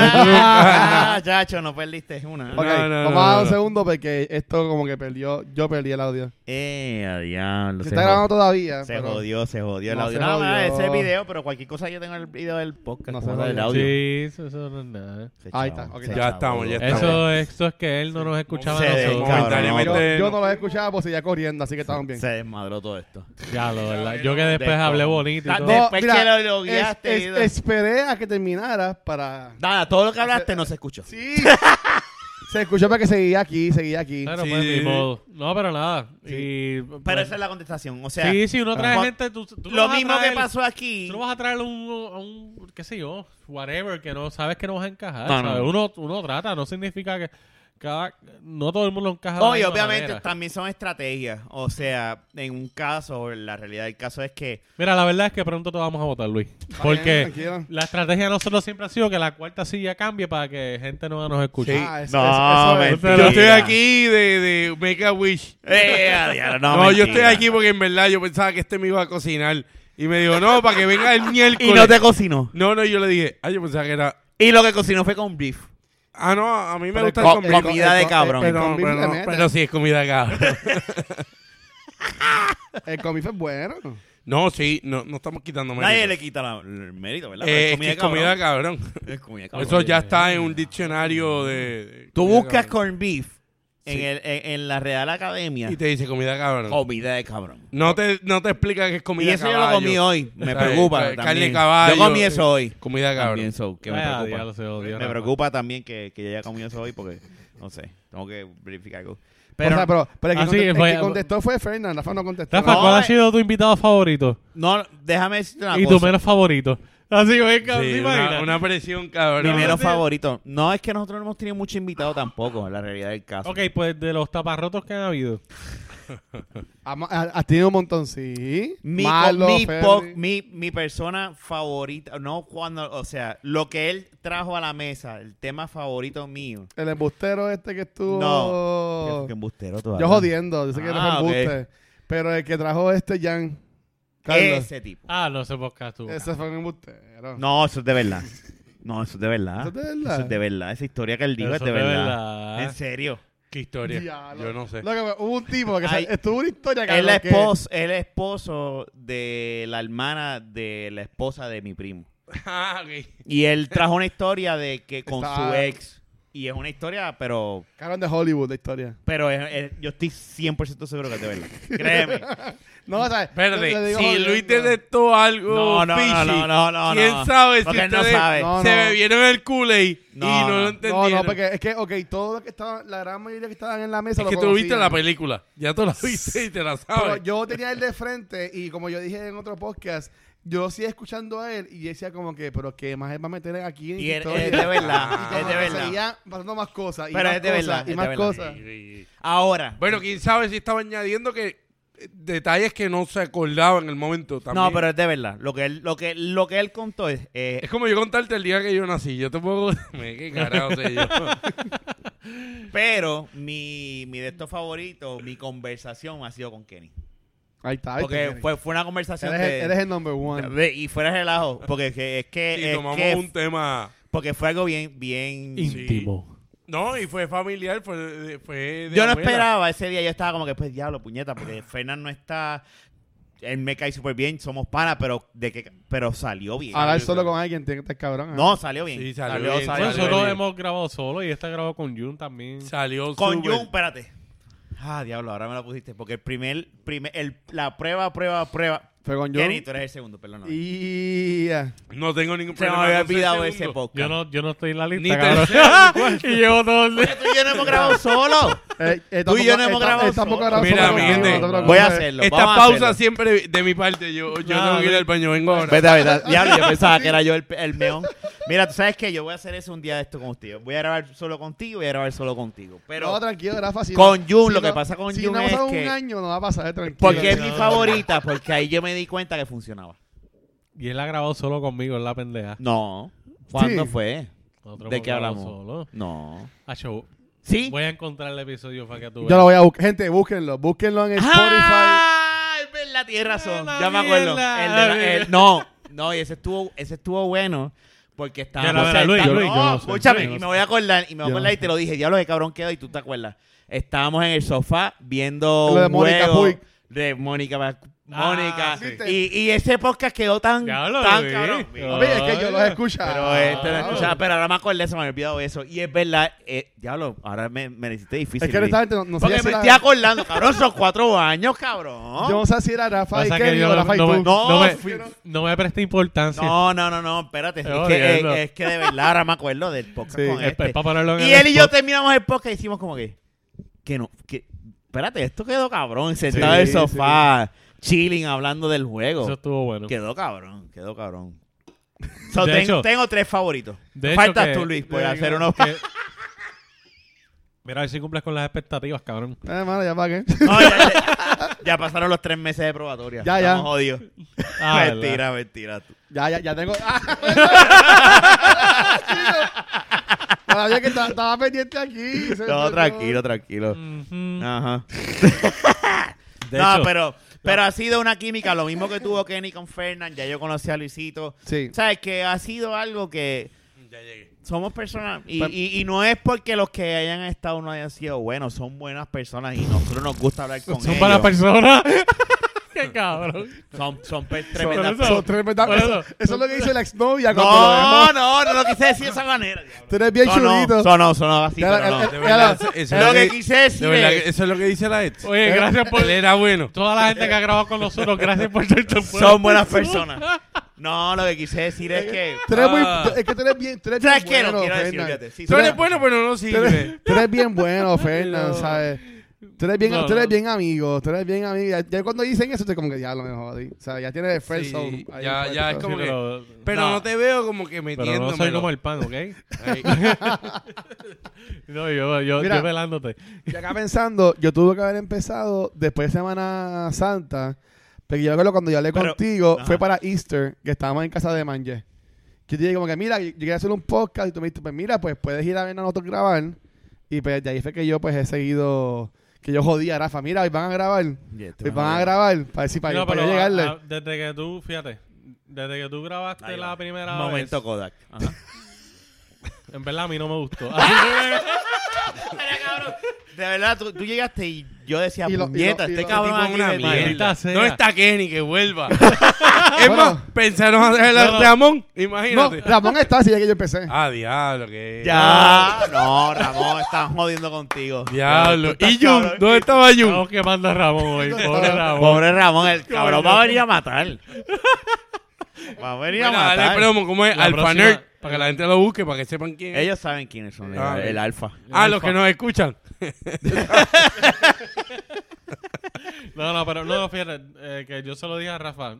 S1: Ah, Chacho, no perdiste una.
S2: Ok,
S3: no, no,
S2: vamos
S3: no,
S2: a dar un
S3: no.
S2: segundo porque esto como que perdió. Yo perdí el audio.
S1: Eh, a diablo.
S2: Se
S1: se
S2: está grabando todavía.
S1: jod- Se
S2: pero-
S1: jodió, se jodió el
S2: No,
S1: audio.
S2: se
S1: Nada más
S2: jodió.
S1: ese video, pero cualquier cosa yo tengo el video del podcast. No
S2: No, se
S1: el
S2: jodió.
S1: audio.
S4: Sí, eso, eso no es nada.
S1: Se
S2: Ahí
S1: chavó,
S2: está, ok,
S1: se
S2: ya.
S3: Ya
S1: chavó.
S3: estamos, ya estamos.
S4: Eso, esto es que él no nos escuchaba a
S1: Se
S4: nosotros.
S1: descabró.
S2: Yo,
S3: Momentáneamente.
S2: yo no los escuchaba porque seguía corriendo, así que estaban bien.
S1: Se desmadró todo esto.
S4: Ya, lo verdad. Yo que después hablé bonito y
S1: Ah,
S4: todo.
S1: de- Después que lo- lo guiaste
S2: es-
S1: y
S2: es-
S1: todo.
S2: esperé a que terminara para.
S1: Nada, todo lo que hablaste no se escuchó.
S2: Sí. se escuchó para que seguía aquí, seguía aquí. Ah,
S4: Pero
S3: Sí.
S4: pues, ni modo. No, pero nada. Y,
S1: Pero
S4: pues,
S1: esa es la contestación. O sea,
S4: sí, si uno trae
S1: Juan-
S4: gente, tú, tú no
S1: lo
S4: vas a
S1: mismo que
S4: traer-
S1: pasó aquí.
S4: Tú no vas a traer un, a un, qué sé yo, whatever, que no sabes que no vas a encajar.
S1: No, no.
S4: ¿sabes? Uno, uno trata, no significa que cada, no todo el mundo encaja. de la
S1: Oye,
S4: misma
S1: obviamente
S4: manera.
S1: también son estrategias. O sea, en un caso, la realidad del caso es que
S4: Mira, la verdad es que pronto te vamos a votar, Luis.
S2: Está bien,
S4: Porque
S2: tranquilo.
S4: la estrategia de nosotros siempre ha sido que la cuarta silla cambie para que gente nueva nos escuche.
S2: Ah, eso-
S1: No,
S2: eso- eso es-
S1: mentira.
S3: Yo estoy aquí de, de Make a Wish.
S1: Eh, a diablo,
S3: No,
S1: no,
S3: yo estoy
S1: mentira.
S3: aquí porque en verdad yo pensaba que este me iba a cocinar. Y me dijo, no, para que venga el miércoles.
S1: Y no te cocinó.
S3: no, no, y yo le dije, ah, yo pensaba que era.
S1: Y lo que cocinó fue con beef.
S3: Ah, no, a mí me
S2: Pero
S3: gusta
S2: co-
S3: el
S1: con-
S3: combi.
S2: el-
S1: comida
S2: el-
S1: de
S2: el-
S1: cabrón.
S2: el
S3: Pero,
S2: combi
S3: pero
S2: le
S3: no,
S2: mete.
S3: pero sí es comida acá.
S2: El combi fue bueno.
S3: No, sí, no, no estamos quitando mérito.
S1: Nadie le quita la- el mérito, ¿verdad? Pero
S3: Eh, es que es comida,
S1: cabrón.
S3: cabrón.
S1: Es comida cabrón.
S3: Eso ya está en un diccionario de. de
S1: Tú
S3: comida,
S1: buscas
S3: cabrón.
S1: corn beef en, el, en, en la Real Academia.
S3: Y te dice comida, cabrón.
S1: Comida de cabrón.
S3: No te, no te explica que es comida
S1: Y eso
S3: caballo.
S1: yo lo comí hoy. Me
S3: Ay,
S1: preocupa.
S3: ay, carne
S1: también.
S3: de caballo.
S1: Yo comí eso hoy.
S3: Comida
S1: También,
S3: cabrón.
S1: so, que me
S4: Ay,
S1: preocupa.
S4: Ah, diablo, se jodió,
S1: me
S4: Rafa.
S1: preocupa también que, que yo haya comido eso hoy porque, no sé, tengo que verificar algo.
S2: Pero,
S1: Pero
S2: o sea, pero, pero el, que
S4: Así
S2: conte- el
S4: fue-
S2: que contestó fue Fernan. Rafa no contestó.
S4: Rafa,
S1: No,
S4: ¿cuál ha
S1: eh.
S4: sido tu invitado favorito?
S1: no, déjame decirte una
S4: y tu
S1: cosa.
S4: menos favorito. Así, oye,
S3: Sí,
S4: ¿te
S3: una,
S4: imaginas?
S3: una presión, cabrón.
S1: Mi menos
S4: sí.
S1: favorito. No, es que nosotros no hemos tenido mucho invitado tampoco, en la realidad del caso.
S4: Ok, pues de los taparrotos que han habido.
S2: Ama- ha- Has tenido un montón, sí.
S1: Mi,
S2: Malo,
S1: mi,
S2: Fernan.
S1: po- mi, mi persona favorita, no cuando, o sea, lo que él trajo a la mesa, el tema favorito mío.
S2: El embustero este que estuvo.
S1: No. Qué embustero tú
S2: Oh. Yo
S1: hablas.
S2: jodiendo, yo sé que no
S1: Ah,
S2: es embuste. Pero el que trajo este Jan. Carlos,
S1: Ese tipo.
S4: Ah, no sé podcast tú.
S2: ese fue un embustero.
S1: No, eso es de verdad. No, eso es de verdad.
S2: ¿Eso es de verdad?
S1: Eso es de verdad. Esa historia que él dijo
S4: Eso
S1: es de
S4: es de
S1: verdad.
S4: verdad.
S1: En serio.
S3: Qué historia.
S2: Diablo.
S3: Yo no sé.
S2: Lo que- hubo un tipo que
S1: Ay.
S2: se- estuvo una historia
S1: Él
S2: Carlos,
S1: es
S2: que-
S1: esposo, él es esposo de la hermana de la esposa de mi primo.
S3: Ah, ok.
S1: Y él trajo una historia de que con
S2: Está-
S1: su ex. Y es una historia, pero
S2: Cabrón de Hollywood, la historia.
S1: pero es- es- yo estoy 100% seguro que es de verdad. Créeme.
S2: No, o sea,
S3: Espérate,
S2: le digo
S3: si
S2: jodiendo.
S3: Luis detectó algo
S1: No, no,
S3: fishy,
S1: no, no, no, no.
S3: ¿quién
S1: no.
S3: sabe si
S1: Porque él no
S3: ustedes
S1: sabe.
S2: No,
S3: se
S2: no.
S3: bebieron el Kool-Aid y
S1: No,
S3: no,
S1: no.
S3: lo
S2: No,
S3: entendieron?
S2: no, porque es que, ok, todo lo que estaba, la gran mayoría que estaban en la mesa
S3: Es
S2: lo
S3: que tú viste
S2: conocían.
S3: la película. Ya tú la viste y te la
S2: Pero
S3: sabes.
S2: yo tenía él de frente y como yo dije en otro podcast, yo sí escuchando a él y decía como que, pero que más él va a meter aquí en
S1: Y él-
S2: historia?
S1: es de
S2: Y
S1: verdad.
S2: como
S1: Es de
S2: que
S1: verdad.
S2: seguía pasando más cosas. Y
S1: Pero
S2: más
S1: es de verdad,
S2: cosas, Y
S1: es
S2: más
S1: de verdad.
S2: cosas.
S1: Ahora.
S3: Bueno, quién sabe si estaba añadiendo que eh, detalles que no se acordaban en el momento también.
S1: No, pero es de verdad. Lo que él, lo que, lo que él contó es, eh,
S3: Es como yo contarte el día que yo nací. Yo te puedo... Me, qué carajo sé yo.
S1: Pero mi, mi de estos favoritos, mi conversación ha sido con Kenny.
S2: Ahí está. ahí
S1: Porque
S2: está.
S1: fue, fue una conversación
S2: Eres, el,
S1: de,
S2: eres el number one.
S1: de- Y fuera de relajo. Porque que- es que.
S3: Y
S1: es
S3: tomamos
S1: que-
S3: un tema...
S1: Porque fue algo bien. bien
S4: Íntimo.
S3: No, y fue familiar, fue, fue de
S1: Yo no
S3: abuela.
S1: esperaba ese día. Yo estaba como que, pues, diablo, puñeta. Porque Fernán no está. Él me cae súper bien. Somos panas, pero, de que, pero salió bien.
S2: Hablar solo con alguien tiene que estar cabrón. ¿eh?
S1: no, salió bien.
S3: Sí, salió bien,
S4: Bueno,
S3: salió
S4: nosotros
S3: bien.
S4: hemos grabado solo y esta grabó con Jun también.
S3: Salió
S1: Con
S3: súper.
S1: Jun, espérate. Ah, diablo, ahora me la pusiste. Porque el primer. primer el, la prueba, prueba, prueba.
S2: Fue con yo.
S1: Kenny, tú eres el segundo, perdón.
S2: Y eh, ya.
S3: No tengo ningún
S1: Se me
S3: problema.
S1: había
S3: con ser
S1: olvidado
S3: segundo.
S1: ese podcast.
S4: Yo no, yo no estoy en la
S3: Ni
S4: lista, cabrón.
S3: tercero.
S4: y llevo todo el
S1: Oye, tú y yo no hemos grabado solo.
S2: Eh, eh,
S1: Tú y yo no hemos
S2: eh,
S1: grabado
S2: eh, tampoco
S1: solo.
S2: grabamos
S3: Mira,
S2: solo
S3: mi
S2: contigo,
S3: gente,
S2: no te preocupes.
S1: Voy a hacerlo.
S3: Esta
S1: vamos a
S3: pausa
S1: hacerlo.
S3: siempre de mi parte. Yo, yo
S4: Nada,
S3: tengo que ir
S4: ve-
S3: al baño, vengo ahora.
S1: Vete a ver, diablo, yo pensaba que era yo el, el meón. Mira, tú sabes que yo voy a hacer eso un día de esto contigo. Voy a grabar solo contigo y voy a grabar solo contigo. Pero
S2: No, tranquilo, Rafa. si
S1: con
S2: no-
S1: Jun,
S2: si
S1: lo que
S2: no-
S1: pasa con
S2: si
S1: Jun
S2: no ha
S1: es
S2: pasado
S1: que-
S2: un año, no va a pasar, eh, tranquilo.
S1: porque es mi
S2: No,
S1: favorita, porque ahí yo me di cuenta que funcionaba.
S4: Y él ha grabado solo conmigo en la pendeja.
S1: No. ¿Cuándo
S2: Sí.
S1: fue?
S4: Nosotros
S1: ¿De
S4: hemos
S1: qué
S4: grabado
S1: hablamos?
S4: Solo.
S1: No.
S4: Acho,
S1: ¿Sí?
S4: Voy a encontrar el episodio para que tú
S2: Yo
S4: veas.
S2: lo voy a buscar. Gente, búsquenlo. Búsquenlo en Spotify.
S1: Ah, es verdad, mierda, tienes razón.
S4: la
S1: ya me acuerdo.
S4: mierda,
S1: El de la-
S4: la
S1: el-
S4: mierda.
S1: no, no, y ese estuvo, ese estuvo bueno. Porque estaba.
S4: Ya la verá, Luis, Luis, yo
S1: no,
S4: no sé,
S1: escúchame,
S4: yo no
S1: y me
S4: sé.
S1: voy a acordar, y me voy a
S2: Yo no
S1: acordar y
S2: sé.
S1: te lo dije, diablo de cabrón queda y tú te acuerdas. Estábamos en el sofá viendo
S2: Lo de
S1: un
S2: Mónica
S1: juego
S2: Puig.
S1: de Mónica Ba-
S4: Ah,
S1: Mónica.
S4: sí.
S1: y, y ese podcast quedó tan,
S4: Diablo,
S1: tan
S4: Luis.
S1: cabrón.
S4: Diablo.
S2: Papi, es que yo los
S4: Ah,
S2: escuchaba.
S1: Pero este no escuchaba, pero ahora me acordé, se me había olvidado eso. Y es verdad, eh, diablo, ahora me, me lo hiciste difícil.
S2: Es que
S1: Luis.
S2: honestamente no, no
S1: Porque me
S2: sé si era-
S1: estoy acordando, cabrón, son cuatro años, cabrón.
S2: Yo no sé si era Rafa y
S4: Pasa que
S2: Kenny
S4: yo
S2: o Rafa y
S4: no, me,
S2: tú.
S1: No,
S4: no, me,
S1: fui-
S4: no me presté importancia.
S1: No, no, no, no, espérate. Es
S4: Te
S1: que, eh,
S4: odio, ¿no?
S1: es- es que de verdad ahora me acuerdo del podcast
S2: Sí.
S1: con
S4: Es-
S1: este.
S4: es pa' ponerlo en
S1: Y
S4: el
S1: él y yo
S4: spot.
S1: terminamos el podcast y hicimos como que... Que no, que... Espérate, esto quedó cabrón. Sentado en el
S2: sí.
S1: sofá, chilling, hablando del juego.
S4: Eso estuvo bueno.
S1: Quedó cabrón, quedó cabrón. So,
S4: De
S1: ten-
S4: hecho-
S1: tengo tres favoritos.
S4: de hecho
S1: Faltas
S4: que-
S1: tú, Luis, por
S2: de-
S1: hacer uno.
S4: Que- Mira, a ver si cumples con las expectativas, cabrón.
S2: Eh, mano, ya pagué.
S1: No, ya, ya- ya pasaron los tres meses de probatoria.
S2: Ya, ya.
S1: Estamos jodidos.
S4: Ah, ¿verdad?
S1: mentira, mentira. tú.
S2: Ya, ya, ya tengo. Ah. Todavía que ta- estaba pendiente aquí. Se-
S1: No,
S2: se-
S1: tranquilo, tranquilo.
S4: Ujú.
S1: Ajá.
S4: De
S1: no,
S4: hecho,
S1: pero, pero ha sido una química, lo mismo que tuvo Kenny con Fernan, ya yo conocí a Luisito.
S2: Sí.
S1: ¿Sabes? Que ha sido algo que
S3: Ya llegué.
S1: somos personas, y,
S2: Pues-
S1: y- y no es porque los que hayan estado no hayan sido buenos, son buenas personas y nosotros nos gusta hablar con
S4: Son
S1: ellos.
S4: buenas personas. Qué cabrón.
S1: Son, son pe-
S2: Son-
S1: tremendas
S4: eso-
S2: son tres verdad-
S4: Bueno.
S2: eso, eso es lo que hizo la exnovia cuando lo
S1: No,
S2: vemos.
S1: no, no lo quise decir de esa manera.
S2: Tú eres bien
S1: no,
S2: chulito.
S1: sonó, sonó así,
S2: Ya eh, la-
S1: pero no.
S2: el-
S3: De verdad,
S2: Era-
S3: eso- eso es
S1: Lo que quise
S3: de verdad
S1: decir
S3: que eso es lo que dice la ex.
S1: Eh.
S4: Oye, gracias por
S3: Él era bueno.
S4: toda la gente que ha grabado con nosotros. Gracias por ser tan
S1: son buenas personas. No, lo que quise decir es que...
S2: Tú eres muy,
S3: Ah.
S2: tú- es que tú eres bien. Tú eres,
S1: ¿Sabes
S2: bien
S1: qué? No
S2: bueno,
S1: quiero decir,
S2: Fernan.
S1: fíjate. Sí,
S3: Tú
S1: son-
S3: eres bueno, pero no
S2: Tú
S3: sirve.
S2: eres, tú eres bien bueno, Fernan,
S4: No.
S2: ¿sabes? Tú eres bien,
S4: No,
S2: tú eres
S4: no.
S2: bien amigo, tú eres bien amigo. Ya, ya cuando dicen eso, te como que ya lo mejor, ¿sí? o sea, ya tienes el friend
S3: Sí,
S2: zone ahí
S3: ya-
S2: puesto.
S3: ya es como-
S4: pero,
S3: Pero no te veo como que
S4: pero no soy como
S3: metiéndome.
S4: el pan, ¿ok?
S3: Ay,
S4: No, yo, yo,
S2: Mira.
S4: yo velándote.
S2: Y acá pensando, yo tuve que haber empezado después de Semana Santa, porque yo recuerdo cuando yo hablé
S1: Pero-
S2: contigo,
S1: ajá.
S2: fue para Easter, que estábamos en casa de Manje. Que yo te dije como que, mira, yo yo quería hacer un podcast, y tú me dijiste, pues mira, pues puedes ir a ver a nosotros grabar. Y pues de ahí fue que yo pues he seguido, que yo jodía a Rafa, mira, hoy van a grabar, hoy
S1: Yeah, tú me
S2: van a
S1: jodas.
S2: grabar, para decir, para,
S4: No,
S2: para yo
S4: pero,
S2: llegarle.
S4: ah, desde que tú, fíjate, desde que tú grabaste
S1: Ahí
S4: la
S1: va.
S4: primera
S1: Momento
S4: vez,
S1: Kodak. Ajá.
S4: en verdad a mí no me gustó. Ah,
S1: De verdad, tú, tú llegaste y yo decía,
S2: Y lo- y lo-
S1: puñeta,
S2: y
S1: este
S2: lo-
S1: cabrón
S3: tipo
S1: aquí
S3: una
S1: me-
S3: mierda.
S4: Maldita sea.
S3: No está Kenny, que vuelva. es
S2: Bueno.
S3: más, pensaron hacer
S4: No,
S3: a
S4: no.
S3: Ramón.
S2: no,
S3: Imagínate.
S2: Ramón está así ya que yo empecé.
S3: Ah, diablo, que.
S1: Ya, no, Ramón, están jodiendo contigo.
S3: Diablo.
S1: Tú estás
S3: ¿Y Jun?
S1: cabrón.
S3: ¿Dónde estaba Jun?
S4: Estamos quemando a Ramón hoy, pobre Ramón.
S1: Pobre Ramón, el cabrón va a venir a matar. Va a venir a
S3: Mira, dale
S1: matar.
S3: promo, ¿cómo es?
S4: La
S3: Alfa
S4: próxima-
S3: Nerd, para que la gente lo busque, para que sepan quién es.
S1: Ellos saben quiénes son, el,
S3: Ah,
S1: el alfa.
S3: ah, los que nos escuchan.
S4: No, no, pero no, fíjate, eh, que yo se lo dije a Rafa.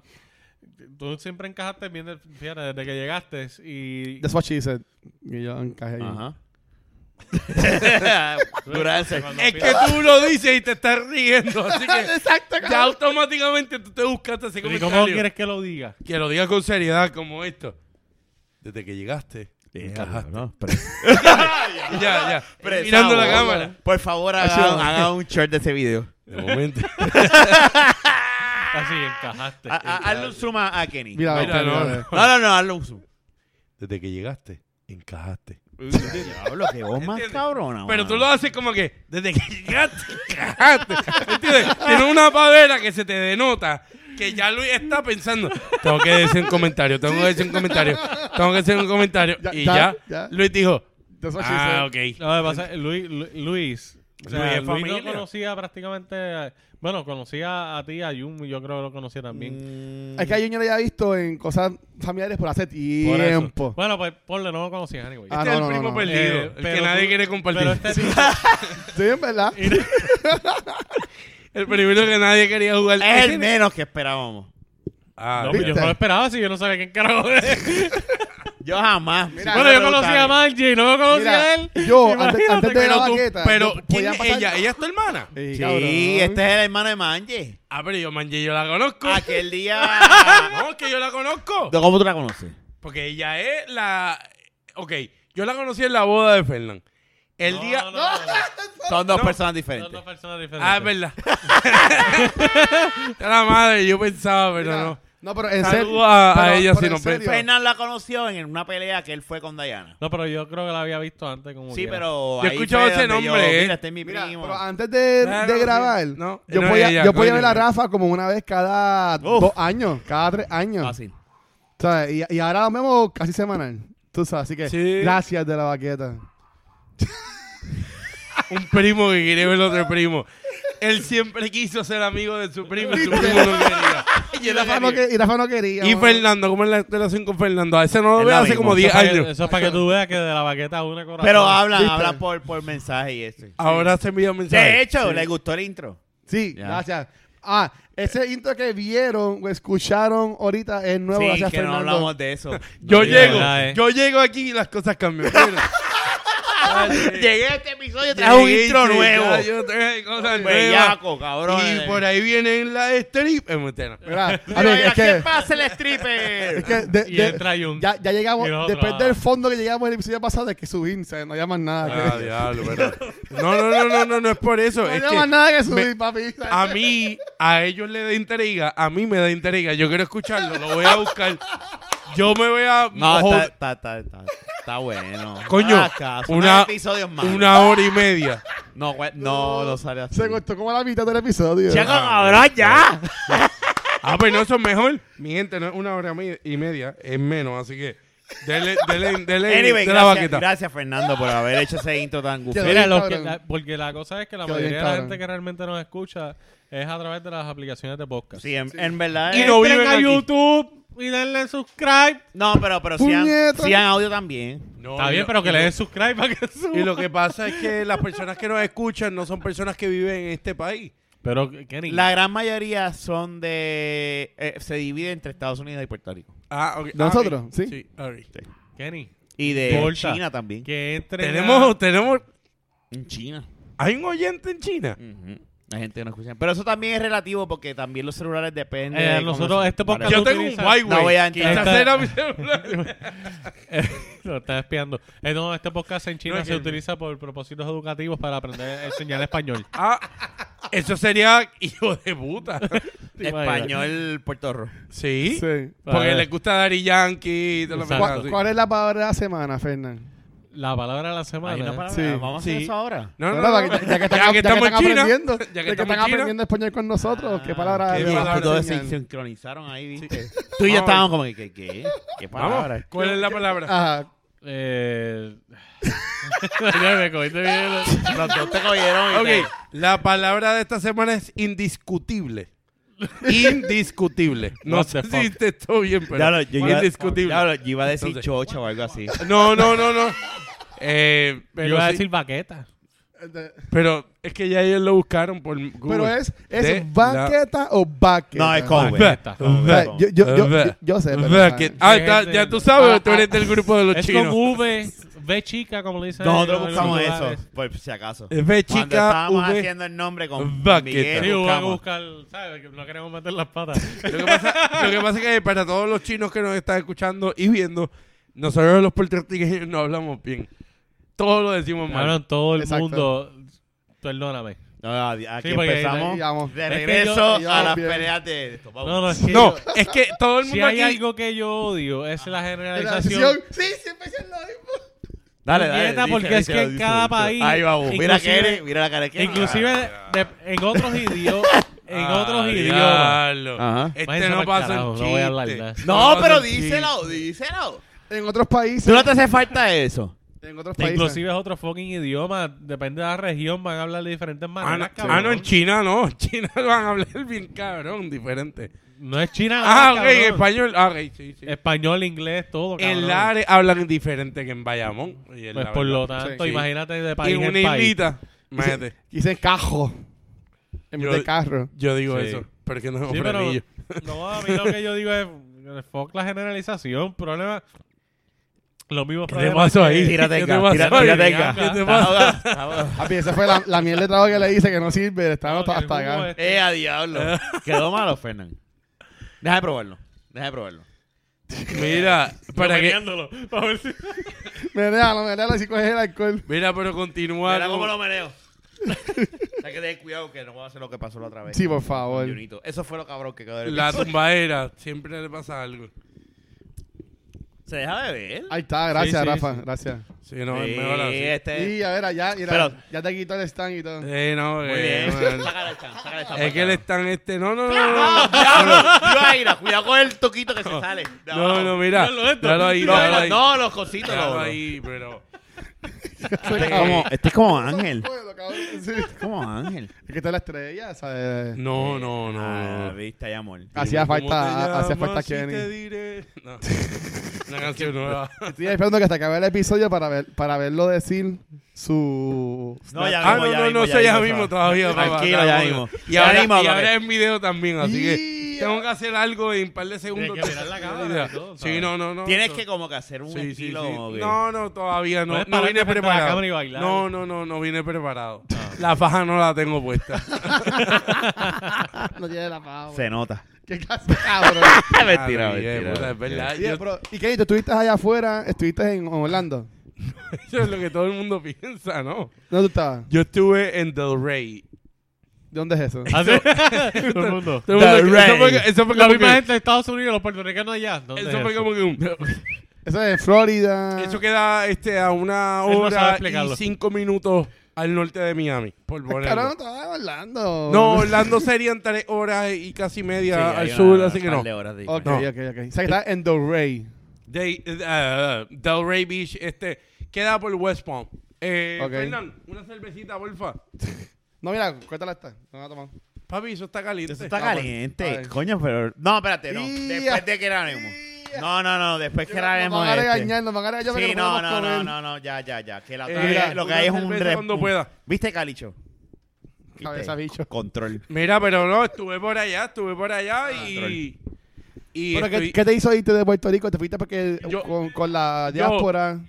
S4: Tú siempre encajaste bien, de- fíjate, desde que llegaste y...
S2: That's what she said. Y yo encajé ahí.
S1: Ajá. Durance.
S4: Cuando
S3: Es
S4: fui-
S3: que tú lo dices y te estás riendo, así que
S2: Exacto,
S3: ya automáticamente tú te buscaste ese
S4: ¿Y
S3: comentario.
S4: cómo quieres que lo diga?
S3: Que lo digas con seriedad como esto. Desde que llegaste.
S1: Eh,
S3: encajaste. Y
S2: Ah,
S3: ya, ya. Mirando la cámara.
S1: Por favor, haga, haga un short de ese video.
S3: De momento.
S4: Así, encajaste.
S1: Ha- ha- hazle un zoom a, a Kenny.
S2: Mira,
S3: Mira,
S2: Kenny,
S3: no,
S2: dale.
S3: no.
S1: No, no, no, hazle un zoom.
S3: Desde que llegaste, encajaste.
S1: Diablo, que vos más
S3: ¿Entiendes?
S1: cabrona.
S3: Pero
S1: mano.
S3: tú lo haces como que, desde que llegaste, encajaste. ¿Entiendes? Tiene una pavera que se te denota que ya Luis está pensando. Tengo que decir un comentario, tengo que decir un comentario, tengo que decir un comentario.
S2: Ya,
S3: y
S2: ya,
S3: ya,
S2: ya. Pues
S3: Luis dijo,
S2: That's what she
S3: ah,
S2: said.
S3: ok.
S4: No, lo que pasa es que Luis, Lu- Luis, o sea,
S3: Luis
S4: Luis,
S3: es familia.
S4: no conocía prácticamente, a- bueno, conocía a ti, a Yum, yo creo que lo conocía también.
S1: Mm.
S2: Es que a Junior lo había visto en cosas familiares por hace
S4: Por eso.
S2: tiempo.
S4: Bueno, pues ponle, no lo conocía, anyway.
S2: Ah,
S3: este
S2: no,
S3: es el
S2: no,
S3: primo
S2: no.
S3: perdido,
S4: Eh,
S3: el que
S4: pero
S3: nadie
S4: tú-
S3: quiere compartir.
S4: Pero este tipo,
S2: Sí, en verdad.
S3: El primero que nadie quería jugar.
S1: Es el menos que esperábamos.
S3: Ah,
S4: no,
S3: mira.
S4: yo no lo esperaba, si yo no sabía quién carajo es.
S1: Yo jamás.
S2: Mira,
S4: bueno, yo
S1: me
S4: conocía
S1: preguntaron.
S4: a Manji, no lo conocía
S2: Mira,
S4: a él.
S2: yo, antes-
S4: Imagínate.
S2: antes de-
S3: pero
S2: la
S3: tú-
S2: baqueta,
S3: pero
S2: yo
S3: ¿quién
S2: podía
S3: es
S2: pasar-
S3: ella? ¿Ella es tu hermana?
S2: Sí, cabrón.
S1: Sí, este es el hermano de Manje.
S3: Ah, pero yo, man, yo la conozco.
S1: Aquel día.
S3: No, que yo la conozco.
S1: ¿Cómo tú la conoces?
S3: Porque ella es la. Ok, yo la conocí en la boda de Fernán. El
S4: No,
S3: día.
S4: no, no, no, no.
S1: Son dos
S3: No.
S1: personas
S4: Son
S1: diferentes.
S4: dos personas diferentes.
S3: Ah, es verdad. Era la madre, yo pensaba, pero
S2: Mira,
S3: no.
S2: No, pero en
S3: Saludo
S2: serio.
S3: a- a
S2: pero-
S3: ella
S2: pero
S3: si
S2: en
S3: nos ve.
S2: serio,
S1: Fernan la conoció en una pelea que él fue con Diana.
S4: No, pero yo creo que la había visto antes como
S1: Sí,
S4: quiera.
S1: pero.
S3: Oh, Yo
S1: ahí
S3: escuchaba
S1: fue
S3: ese
S1: donde yo,
S3: nombre, ¿eh?
S1: Mira, este es mi
S2: Mira,
S1: primo.
S2: pero antes de,
S3: Claro,
S2: de
S3: sí.
S2: grabar,
S3: No,
S2: yo
S3: no
S2: podía,
S3: ella,
S2: yo podía
S3: coño.
S2: ver a Rafa como una vez cada
S1: Uf.
S2: dos años, cada tres años.
S3: Ah,
S1: Fácil.
S2: O sea, y, y ahora nos vemos casi semanal. Tú sabes, así que
S3: Sí.
S2: gracias de la baqueta.
S3: Un primo que quiere ver otro primo. Él siempre quiso ser amigo de su primo y su primo no quería.
S2: Y Rafa, no, que- y Rafa no quería.
S3: Y
S2: mano.
S3: Fernando, ¿cómo es la relación con Fernando? A ese
S1: Es
S3: no lo veo
S1: la
S3: hace
S1: misma.
S3: como
S4: Eso
S3: 10
S4: es para que-
S3: años.
S4: Eso es para que tú veas que de la baqueta una corazón.
S1: Pero hablan,
S2: ¿Viste?
S1: hablan por, por mensaje y eso.
S3: Ahora se envía un
S1: De
S3: mensaje.
S1: hecho, le gustó el intro.
S2: Sí,
S1: Ya.
S2: gracias. Ah, ese intro que vieron o escucharon ahorita es nuevo,
S1: sí,
S2: gracias
S1: que no
S2: Fernando.
S1: hablamos de eso.
S3: Yo
S1: No,
S3: llego,
S4: verdad, eh.
S3: yo llego aquí y las cosas cambian. Mira.
S1: Llegué a este episodio y traje un
S3: Llegué y
S1: intro
S3: dije, "Ya,
S1: nuevo.
S3: yo traje cosas nuevas.
S1: Bellaco, cabrón. eh.
S3: Y por ahí viene la strip. Eh, mentira.
S2: Mira, a
S1: A
S2: ver, es
S1: ¿Qué
S2: que,
S1: pasa el stripper?
S2: es que de-
S4: Y
S2: de-
S4: entra Jun.
S2: ya, ya llegamos,
S4: Y nosotros,
S2: después
S4: ah.
S2: del fondo que llegamos en el episodio pasado, es que subir, ¿sabes? no llaman nada.
S3: Ah, diablo, pero- No, no, no, no, no, no es por eso.
S2: no
S3: es
S2: llaman
S3: que
S2: nada que subir, papi. ¿sabes?
S3: a mí, a ellos les da intriga, a mí me da intriga. Yo quiero escucharlo, lo voy a buscar. Yo me voy a
S1: No,
S3: joder,
S1: está, está, está, está, está bueno.
S3: Coño,
S1: Haga caso,
S3: una-
S1: no hay episodios más.
S3: una hora y media.
S1: No, güey, no, no sale así.
S2: Se cortó como la mitad del episodio.
S1: Chaco, cabrón, ya.
S3: Ah, pues no, eso es mejor. Mi gente, no es una hora mi- y media, es menos, así que. Dele, dele, dele,
S1: Anyway,
S3: de la
S1: gracias,
S3: baqueta.
S1: gracias, Fernando, por haber hecho ese intro tan
S2: Quedó
S1: gufo.
S2: bien,
S4: Mira, los que-
S2: cabrón.
S4: la- porque la cosa es que la
S2: Quedó
S4: mayoría
S2: bien,
S4: de la
S2: cabrón.
S4: gente que realmente nos escucha es a través de las aplicaciones de podcast.
S1: Sí, en, en verdad.
S3: Y
S1: es-
S3: no
S4: Entren
S3: viven
S4: a
S3: aquí.
S4: YouTube y denle subscribe.
S1: No, pero, pero sí han,
S2: Puñeta.
S1: sí han audio también.
S3: No,
S4: Está
S3: y
S4: bien,
S3: lo-
S4: pero que
S3: y
S4: le
S3: lo-
S4: den subscribe para que suba.
S3: Y lo que pasa es que las personas que nos escuchan no son personas que viven en este país.
S4: Pero, Kenny,
S1: La gran mayoría son de. eh, se divide entre Estados Unidos y Puerto Rico.
S3: Ah, ok.
S2: Nosotros,
S3: Ah, ok.
S2: sí.
S3: ok.
S4: Kenny,
S1: Y de
S4: Porta.
S1: Eh, China también.
S4: que entren
S3: Tenemos,
S4: a-
S3: tenemos.
S1: En China.
S3: Hay un oyente en China.
S1: Ujú. La gente no escucha. Pero eso también es relativo porque también los celulares dependen.
S4: Eh,
S1: de cómo
S4: nosotros
S1: se-
S4: este podcast-
S3: Yo
S4: Tú
S3: tengo un
S4: utilizas-
S3: Huawei.
S1: No voy a entrar.
S3: Quizás
S4: Esta-
S3: era mi celular.
S4: lo están espiando. Eh, no, este podcast en China
S3: No,
S4: se
S3: que-
S4: utiliza por propósitos educativos para aprender el señal español.
S3: Ah, eso sería hijo de puta.
S4: ¿Te imaginas?
S1: Español Puerto Rico.
S3: Sí.
S2: Sí.
S3: Porque
S4: Vale.
S3: les gusta Daddy Yankee. y toda la
S4: Exacto.
S3: mierda,
S2: ¿Cuál,
S3: Ah, sí.
S2: cuál es la palabra de la semana, Fernán?
S4: La palabra de la semana.
S1: Hay una
S4: ¿eh?
S1: palabra-
S2: Sí.
S1: Vamos a hacer
S3: Sí.
S1: eso ahora.
S3: No, no,
S2: Bueno,
S3: no.
S2: para que- ya que están, ya que están
S3: en China, ya
S2: aprendiendo,
S3: que
S2: ya
S3: estamos
S2: que están
S3: en China.
S2: aprendiendo español con nosotros, qué
S1: Ah,
S2: palabra
S3: qué
S2: de
S1: bien,
S3: palabra
S1: que todos
S2: de
S1: se
S2: señal.
S1: sincronizaron ahí, ¿viste? Tú y yo
S3: Vamos.
S1: estábamos como que, ¿qué? ¿Qué, ¿Qué palabra?
S3: Vamos. ¿Cuál es la palabra?
S2: Ajá.
S4: Eh... ya me cogiste bien.
S1: Los dos te cogieron y
S2: Ah,
S3: Ok,
S1: te-
S3: la palabra de esta semana es indiscutible. Indiscutible. No
S4: What
S3: sé
S4: the
S3: si
S4: fuck?
S3: te estoy bien, pero
S1: Ya lo- yo iba-
S3: indiscutible.
S1: ya lo- yo iba a decir
S3: Entonces-
S1: chocha o algo así.
S3: No, no, no, no. Eh,
S4: Yo
S3: pero,
S4: iba a
S3: sí-
S4: decir baqueta.
S3: pero es que ya ellos lo buscaron por Google.
S2: Pero es,
S3: De
S2: es baqueta o baqueta.
S1: No, es con
S3: la-
S1: B.
S4: Baqueta.
S2: O sea, yo, yo, yo, yo, yo sé. pero,
S3: Baquet.
S2: ah,
S3: Ah, está- ya tú sabes,
S4: Ah,
S3: tú eres
S4: ah.
S3: del grupo de los
S4: Es
S3: chinos.
S4: con V, V chica, como le dicen.
S1: Nosotros
S4: en algunos
S1: buscamos eso,
S4: lugares.
S1: por si acaso.
S4: Eh,
S3: Es B
S1: Cuando
S3: chica
S1: estábamos
S3: V.
S1: haciendo el nombre con
S3: Baqueta.
S4: Sí,
S1: Miguel,
S4: hubo que
S1: buscamos.
S4: buscar, ¿sabes? Que No queremos meter las patas.
S3: Lo que, pasa, lo que pasa es que para todos los chinos que nos están escuchando y viendo, nosotros los puertorriqueños no hablamos bien. Todo lo decimos mal.
S4: Cabrón, todo el
S2: Exacto.
S4: mundo. Perdóname.
S1: No, no, aquí
S4: Sí, porque-
S1: empezamos
S2: digamos.
S1: de
S4: Es que
S1: regreso
S2: yo-
S1: a las
S2: Bien.
S1: peleas de esto. Vamos.
S4: No, no, es que.
S3: No,
S4: yo-
S3: es que todo el
S4: si
S3: mundo
S4: hay
S3: aquí.
S4: algo que yo odio, es la
S2: de la
S4: generalización.
S2: sesión. Sí, siempre es lo mismo.
S1: Dale,
S4: Puñeta, porque es que en cada país,
S1: Ahí vamos. Mira,
S4: inclusive-
S1: que eres, mira la cara que
S4: Inclusive de- en otros idiomas. En
S3: Ah,
S4: otros idiomas.
S3: diablo.
S1: Ajá.
S3: Este
S4: Váyanse
S3: no
S4: pa'l
S3: pasa
S4: carajo,
S3: un
S4: no voy a hablar
S3: chiste.
S4: nada.
S1: No,
S3: pasa
S1: pero
S3: un chiste.
S1: díselo, díselo.
S2: En otros países.
S1: Tú no te hace falta eso.
S2: En otros países.
S4: Inclusive es otro fucking idioma. Depende de la región, van a hablar de diferentes
S3: Ah, no,
S4: maneras. cabrón.
S3: ah, no, en China no. En China van a hablar bien cabrón, diferente.
S4: No es China.
S3: Ah, ok,
S4: cabrón.
S3: en español. Ah, ok, sí, sí.
S4: Español, inglés, todo.
S3: En
S4: cabrón.
S3: Lares hablan diferente que en Bayamón. Y es
S4: Pues
S3: la
S4: por
S3: verdad.
S4: lo tanto,
S2: Sí.
S4: imagínate de
S3: Y
S4: país
S3: en
S4: en
S3: una
S4: país.
S3: islita. Imagínate.
S2: Dicen cajo. En vez
S3: Yo-
S2: de carro.
S3: Yo digo
S4: Sí.
S3: eso, pero que no es
S4: Sí,
S3: un
S4: pero-
S3: frenillo.
S4: No, a mí lo que yo digo es. Fuck la generalización. Problema. Los mismos
S3: ¿Qué te
S4: problemas.
S3: pasó
S4: que-
S3: ahí?
S1: Tírate,
S3: ¿Qué
S1: acá,
S3: te pasa?
S1: tírate,
S3: Oye,
S1: tírate
S4: acá.
S1: acá.
S3: ¿Qué te
S1: Está
S3: pasa?
S1: ahora, está ahora.
S2: Papi, esa fue la, la miel de trabajo que le hice que no sirve.
S4: No,
S2: Estaba
S4: que el
S2: hasta
S4: jugo
S3: Eh,
S2: acá.
S4: es-
S1: Eh, a diablo. Quedó malo, Fernan. Deja de probarlo. Deja de probarlo.
S3: Mira, para que.
S4: Meneándolo, para ver si-
S2: Menealo, menealo, si coges el alcohol.
S3: Mira, pero continúa.
S1: Mira
S3: con-
S1: cómo lo meneo. Hay que tener cuidado que no va a hacer lo que pasó la otra vez.
S2: Sí, por favor.
S1: Junito. Eso fue lo cabrón que quedó del
S3: La
S1: episodio.
S3: tumbaera, siempre le pasa algo.
S1: Se deja de ver.
S2: Ahí está, gracias,
S4: Sí, sí,
S2: Rafa,
S4: sí.
S2: gracias.
S3: Sí, no,
S1: Sí,
S3: es mejor así.
S1: este.
S2: Y a ver, allá, mira,
S1: Pero-
S2: ya te quitó el stand y todo.
S3: Sí, no,
S1: Muy
S3: eh,
S1: bien.
S3: man.
S1: Sácale el chan, sácale el chan.
S3: Es que él
S1: le
S3: está en este. No, no, no, no. no.
S4: Ah,
S1: Aira, cuidado con el toquito que se sale. de abajo.
S3: No, no, mira.
S4: Míralo esto.
S3: Dalo ahí,
S1: No,
S3: dalo
S1: mira,
S3: ahí.
S1: no, los cositos.
S3: Dalo
S1: los-
S3: ahí, pero.
S1: Este es como- este es como Ángel.
S2: Bueno, cabrón, sí.
S1: Este es como Ángel.
S2: Es que está la estrella, ¿sabes?
S3: No, no,
S1: Ah,
S3: no.
S1: viste, hay amor.
S2: Hacía
S3: ¿Cómo te
S2: falta, hacía
S3: llamas
S2: falta
S3: si te
S2: Kenny.
S3: diré? No. Una canción nueva.
S2: Estoy esperando que hasta acabe el episodio para, ver, para verlo decir su...
S1: No, ya
S3: Ah,
S1: mismo,
S3: no,
S1: ya
S3: no,
S1: mismo,
S3: no
S1: ya
S3: sé ya
S1: mismo,
S3: mismo
S1: ¿sabes?
S3: todavía, papá.
S1: Tranquilo,
S3: Está
S1: ya
S3: bueno.
S1: mismo.
S3: Y
S1: Ya
S3: ahora,
S1: mismo,
S3: y
S1: papá.
S3: ahora en video también, así que
S2: Y-
S3: tengo que hacer algo en un par de segundos.
S4: Tienes que mirar la cámara
S3: idea.
S4: y todo,
S3: Sí,
S4: ¿sabes?
S3: no, no, no.
S1: Tienes
S3: no.
S1: que como que hacer un
S3: Sí, sí, sí.
S1: estilo. como que-
S3: No, no, todavía no.
S4: Puedes
S3: No
S4: pararte
S3: vine
S4: frente a la
S3: preparado.
S4: cámara y bailar. Ah.
S3: No, no, no, no vine preparado. La faja no la tengo puesta.
S2: No tiene la pava.
S1: Se nota.
S2: ¿Qué clase de cabrón?
S1: Ah,
S3: Ah, mi vieja, puta, Es verdad.
S2: Oye,
S3: Yo-
S2: pero, ¿Y qué? ¿Tú estuviste allá afuera? ¿Estuviste en Orlando?
S3: Eso es lo que todo el mundo piensa, ¿no?
S2: ¿Dónde tú estabas?
S3: Yo estuve en Del Rey.
S2: ¿De dónde es
S3: Ah.
S2: eso?
S4: Así- Todo el mundo.
S3: Todo el mundo-
S1: Del
S3: Eso fue,
S1: Rey.
S3: eso fue
S4: este. La
S3: como
S4: misma
S3: que...
S4: gente de Estados Unidos, los puertorriqueños allá. ¿Dónde
S3: Eso
S4: es
S3: fue como que un...
S2: Eso es en Florida.
S3: Eso queda este, a una
S4: Él no sabe
S3: hora y
S4: explicarlo.
S3: cinco minutos al norte de Miami, por ponerlo.
S2: Claro, no estaba en Orlando.
S3: No, Orlando serían tres horas y casi media
S1: Sí,
S3: al
S1: hay
S3: sur,
S1: una
S3: así que
S1: par
S3: no.
S1: de horas de-
S2: Ok,
S3: No.
S2: ok, ok. O sea, que estaba en Dorey.
S3: De- eh, Delray Beach, este, queda por West Palm. Eh,
S2: Ok.
S3: Fernan, una cervecita, porfa.
S2: No, mira, cuéntala esta. No la tomamos.
S3: Papi, eso está caliente.
S1: Eso está
S3: Ah, bueno.
S1: caliente.
S2: Ay.
S1: Coño, pero. No, espérate, no.
S2: Ya.
S1: Después de que grabemos.
S2: Ya.
S1: No, no, no. Después que
S2: Nos
S1: grabemos.
S2: van a
S1: este.
S2: regañar, nos van a regañar. porque
S1: Sí, no,
S2: podemos
S1: no, no,
S2: comer.
S1: no, no, ya, ya, ya. Que la
S3: Eh,
S1: otra vez
S2: mira,
S1: lo que
S3: una
S1: hay es un
S3: cerveza
S1: rep-
S3: cuando
S1: un-
S3: pueda.
S1: ¿Viste, Calicho? ¿Viste?
S3: este.
S2: Cabeza, bicho.
S1: Control.
S3: Mira, pero no, estuve por allá, estuve por allá
S1: Ah,
S3: y... y
S2: Pero,
S3: estoy-
S2: ¿qué, qué te hizo irte de Puerto Rico? ¿Te fuiste porque
S3: Yo-
S2: con, con la diáspora?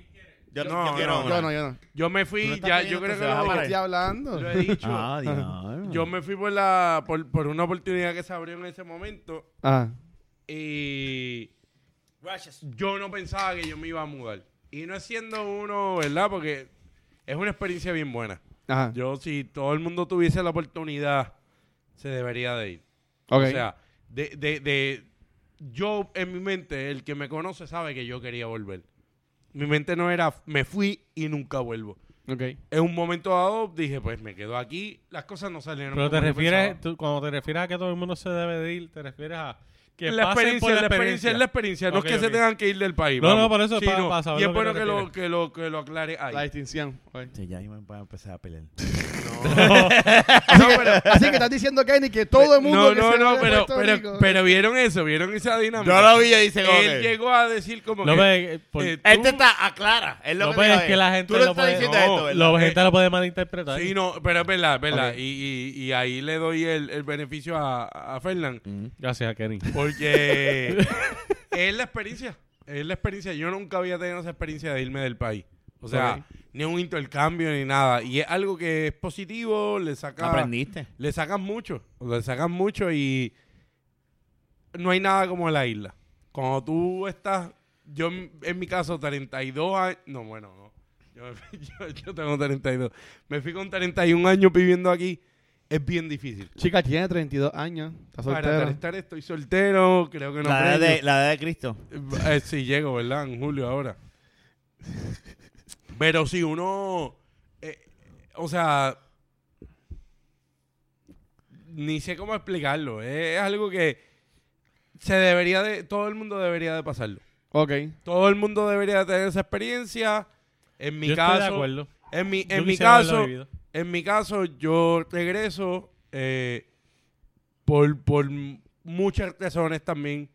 S1: Yo,
S3: No,
S1: yo quiero
S3: no,
S1: una.
S2: yo no, yo no.
S3: Yo me
S1: Tú no
S3: fui,
S1: estás
S3: ya,
S1: pidiendo
S3: yo creo
S1: que
S3: que
S1: se
S3: lo-
S1: abra.
S2: ¿Qué estoy hablando?
S3: lo he dicho.
S1: Ah, diablo.
S3: Yo me fui por la por, por una oportunidad que se abrió en ese momento
S2: Ah.
S3: y yo no pensaba que yo me iba a mudar. Y no es siendo uno, ¿verdad? Porque es una experiencia bien buena.
S2: Ajá.
S3: Yo si todo el mundo tuviese la oportunidad se debería de ir.
S2: ok.
S3: O sea, de, de, de yo en mi mente, el que me conoce sabe que yo quería volver. Mi mente no era me fui y nunca vuelvo.
S2: ok.
S3: En un momento dado dije, pues me quedo aquí, las cosas no salieron.
S4: Pero
S3: como yo
S4: te refieres,
S3: pensaba.
S4: tú- cuando te refieres a que todo el mundo se debe de ir, te refieres a que
S3: la
S4: pasen
S3: experiencia,
S4: por
S3: la experiencia, es la experiencia. No
S4: Ok,
S3: es que se
S4: ok.
S3: tengan que ir del país.
S4: No,
S3: vamos.
S4: no, por eso es pa- para saber
S3: Y es
S4: lo que
S3: bueno
S4: te
S3: que lo,
S4: refieres.
S3: que, lo, que lo aclare
S2: La
S3: ahí.
S2: distinción. ok.
S1: Sí, ya iba a empezar a pelear.
S3: No, pero,
S2: Así que estás diciendo, Kenny, que todo el
S3: no,
S2: mundo que
S3: no,
S2: se va
S3: no,
S2: de
S3: pero,
S2: Puerto
S3: pero,
S2: Rico-
S3: pero vieron eso, vieron esa dinámica.
S1: Yo lo vi y dice como
S3: Él
S1: que-
S3: llegó a decir como
S4: No,
S3: que...
S4: pero, eh, por-
S3: eh,
S1: Este
S3: tú-
S1: está aclara. Es lo
S4: No,
S1: que
S4: pues,
S1: te iba
S4: es
S1: a
S4: que la
S1: decir.
S4: gente
S1: Tú le
S4: lo
S1: estás
S4: puede-
S1: diciendo
S3: No,
S1: esto, ¿verdad?
S4: la gente lo puede malinterpretar.
S3: Sí, no, pero es verdad, es verdad. Y, y, y ahí le doy el, el beneficio a, a Fernan.
S1: Mm.
S4: Gracias, Kenny.
S3: Porque es la experiencia. Es la experiencia. Yo nunca había tenido esa experiencia de irme del país. O sea, ni un intercambio ni nada. Y es algo que es positivo, le saca.
S1: Aprendiste.
S3: Le sacan mucho. Le sacan mucho y no hay nada como la isla. Cuando tú estás, yo en en mi caso, 32 años. No, bueno, no. Yo, me fui- yo- yo tengo 32. Me fui con 31 años viviendo aquí. Es bien difícil.
S2: Chica, tiene 32 años. Está
S3: Para
S2: soltera.
S3: estar estoy soltero, creo que no.
S1: La edad
S3: prendo.
S1: de, la edad de Cristo.
S3: Eh, sí, llego, ¿verdad? En julio ahora. Pero si uno. eh, o sea. Ni sé cómo explicarlo. Eh, Es, algo que. Se debería de. Todo el mundo debería de pasarlo.
S2: Ok.
S3: Todo el mundo debería de tener esa experiencia. En mi
S4: Yo
S3: caso.
S4: estoy de acuerdo.
S3: En mi,
S4: Yo
S3: en mi
S4: quisiera haberlo
S3: caso.
S4: vivido.
S3: En mi caso, yo regreso eh, por, por m- muchas razones también.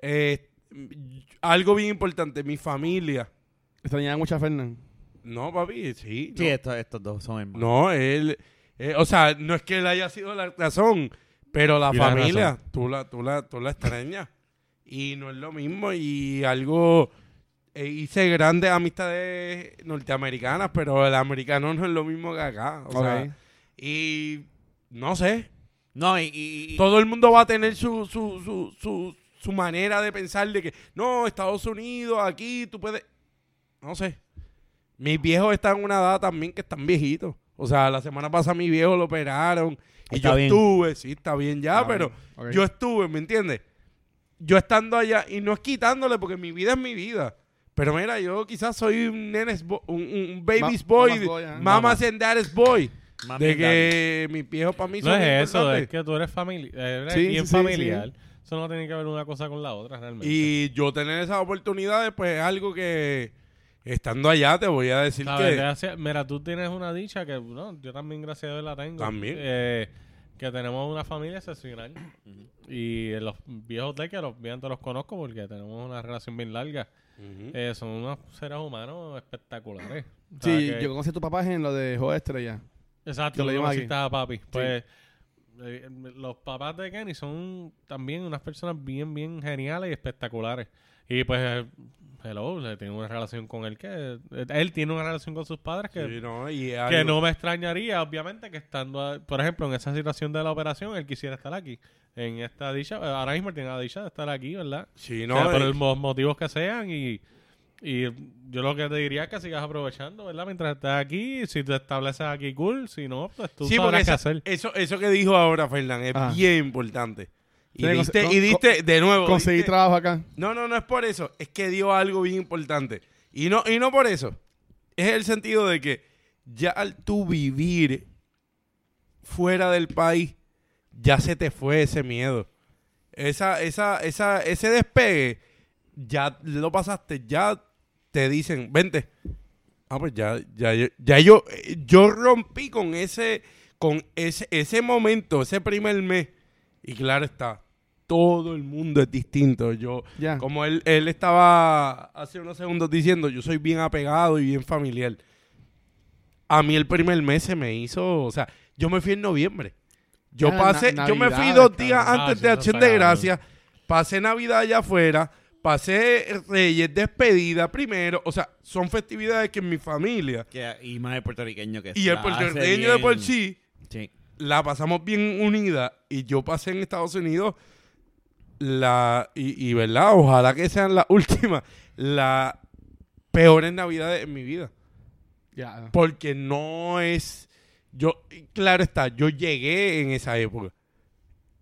S3: Eh, m- algo bien importante, mi familia.
S2: Extrañaba mucho a Fernán.
S3: No, papi, sí.
S1: Sí, estos, estos dos son
S3: no.
S1: hermanos.
S3: No, él... eh, o sea, no es que él haya sido la razón, pero la
S4: Y la
S3: familia, tú la, tú, la, tú la extrañas. Y no es lo mismo. Y algo... eh, hice grandes amistades norteamericanas, pero el americano no es lo mismo que acá. O
S2: Ok.
S3: sea, y no sé.
S1: No, y, y- y-
S3: Todo el mundo va a tener su, su, su, su, su manera de pensar de que, no, Estados Unidos, aquí tú puedes... No sé. Mis viejos están en una edad también que están viejitos. O sea, la semana pasada mi viejo lo operaron y
S1: Está
S3: yo
S1: bien.
S3: estuve, sí, está bien ya,
S2: Está
S3: pero
S2: bien, ok.
S3: yo estuve, ¿me entiendes? Yo estando allá y no es quitándole porque mi vida es mi vida. Pero mira, yo quizás soy un nenes bo- un, un- un baby's
S2: Ma-
S3: boy,
S2: mama's boy, ajá.
S3: mamas and daddy's boy.
S1: Mami,
S3: De que mis viejos para mí
S4: No
S3: son
S4: es eso, es
S3: importantes.
S4: que tú eres familia, eres
S2: Sí,
S4: bien
S2: sí, sí,
S4: familiar. Eso no tiene que ver una cosa con la otra realmente.
S3: Y yo tener esas oportunidades, pues es algo que estando allá te voy a decir
S4: ¿Sabes?
S3: que.
S4: Gracias- mira, tú tienes una dicha que no, yo también gracias a Dios la tengo.
S3: También.
S4: Eh, que tenemos una familia excepcional. y eh, los viejos de que los bien te los conozco porque tenemos una relación bien larga.
S3: Ujú.
S4: Eh, son unos seres humanos espectaculares. O sea,
S2: Sí,
S4: que-
S2: yo conocí a tu papá en lo de Joe Estrella.
S4: Exacto,
S2: Yo le
S4: lo
S2: llamo aquí.
S4: conociste a papi. Pues eh, los papás de Kenny son también unas personas bien, bien geniales y espectaculares. Y pues, eh, hello, le tengo una relación con él que... eh, Él tiene una relación con sus padres que...
S3: Sí, no, y es
S4: Que
S3: algo-
S4: no me extrañaría, obviamente, que estando, a- por ejemplo, en esa situación de la operación, él quisiera estar aquí. En esta dicha, eh, ahora mismo él tiene la dicha de estar aquí, ¿verdad?
S3: Sí,
S4: No,
S3: no,
S4: por
S3: eh,
S4: los mo- motivos que sean y, y yo lo que te diría es que sigas aprovechando, ¿verdad? Mientras estás aquí, si te estableces aquí, cool. Si no, pues tú
S3: sí, porque
S4: sabrás qué
S3: esa-
S4: hacer. Ah.
S3: Eso, eso que dijo ahora Fernán es
S2: Ajá.
S3: bien importante. Y
S2: Sí,
S3: diste,
S2: con-
S3: y diste de nuevo.
S2: Conseguí
S3: diste-
S2: trabajo acá.
S3: No, no, no es por eso. Es que dio algo bien importante. Y no, y no por eso. Es el sentido de que ya al tú vivir fuera del país, ya se te fue ese miedo. Esa, esa, esa, ese despegue, ya lo pasaste, ya te dicen, vente. Ah, pues ya, ya, yo- ya yo, yo rompí con ese, con ese, ese momento, ese primer mes. Y claro está, todo el mundo es distinto. Yo,
S2: Ya.
S3: como él, él estaba hace unos segundos diciendo, yo soy bien apegado y bien familiar. A mí el primer mes se me hizo, o sea, yo me fui en noviembre. Yo
S2: Ah, na-
S3: pasé, yo me fui
S2: Navidades,
S3: dos días
S2: cabrón.
S3: antes de
S4: Ah, sí, eso
S3: Acción
S4: está
S3: de
S4: cabrón.
S3: Gracias, pasé Navidad allá afuera, pasé Reyes, despedida primero, o sea, son festividades que en mi familia
S1: que- y más el puertorriqueño que
S3: y el
S1: la hace
S3: puertorriqueño de por
S1: bien.
S3: sí
S1: Sí.
S3: la pasamos bien unida y yo pasé en Estados Unidos la y, y, verdad ojalá que sean las últimas las peores navidades en mi vida
S2: Ya.
S3: porque no es yo y claro está yo llegué en esa época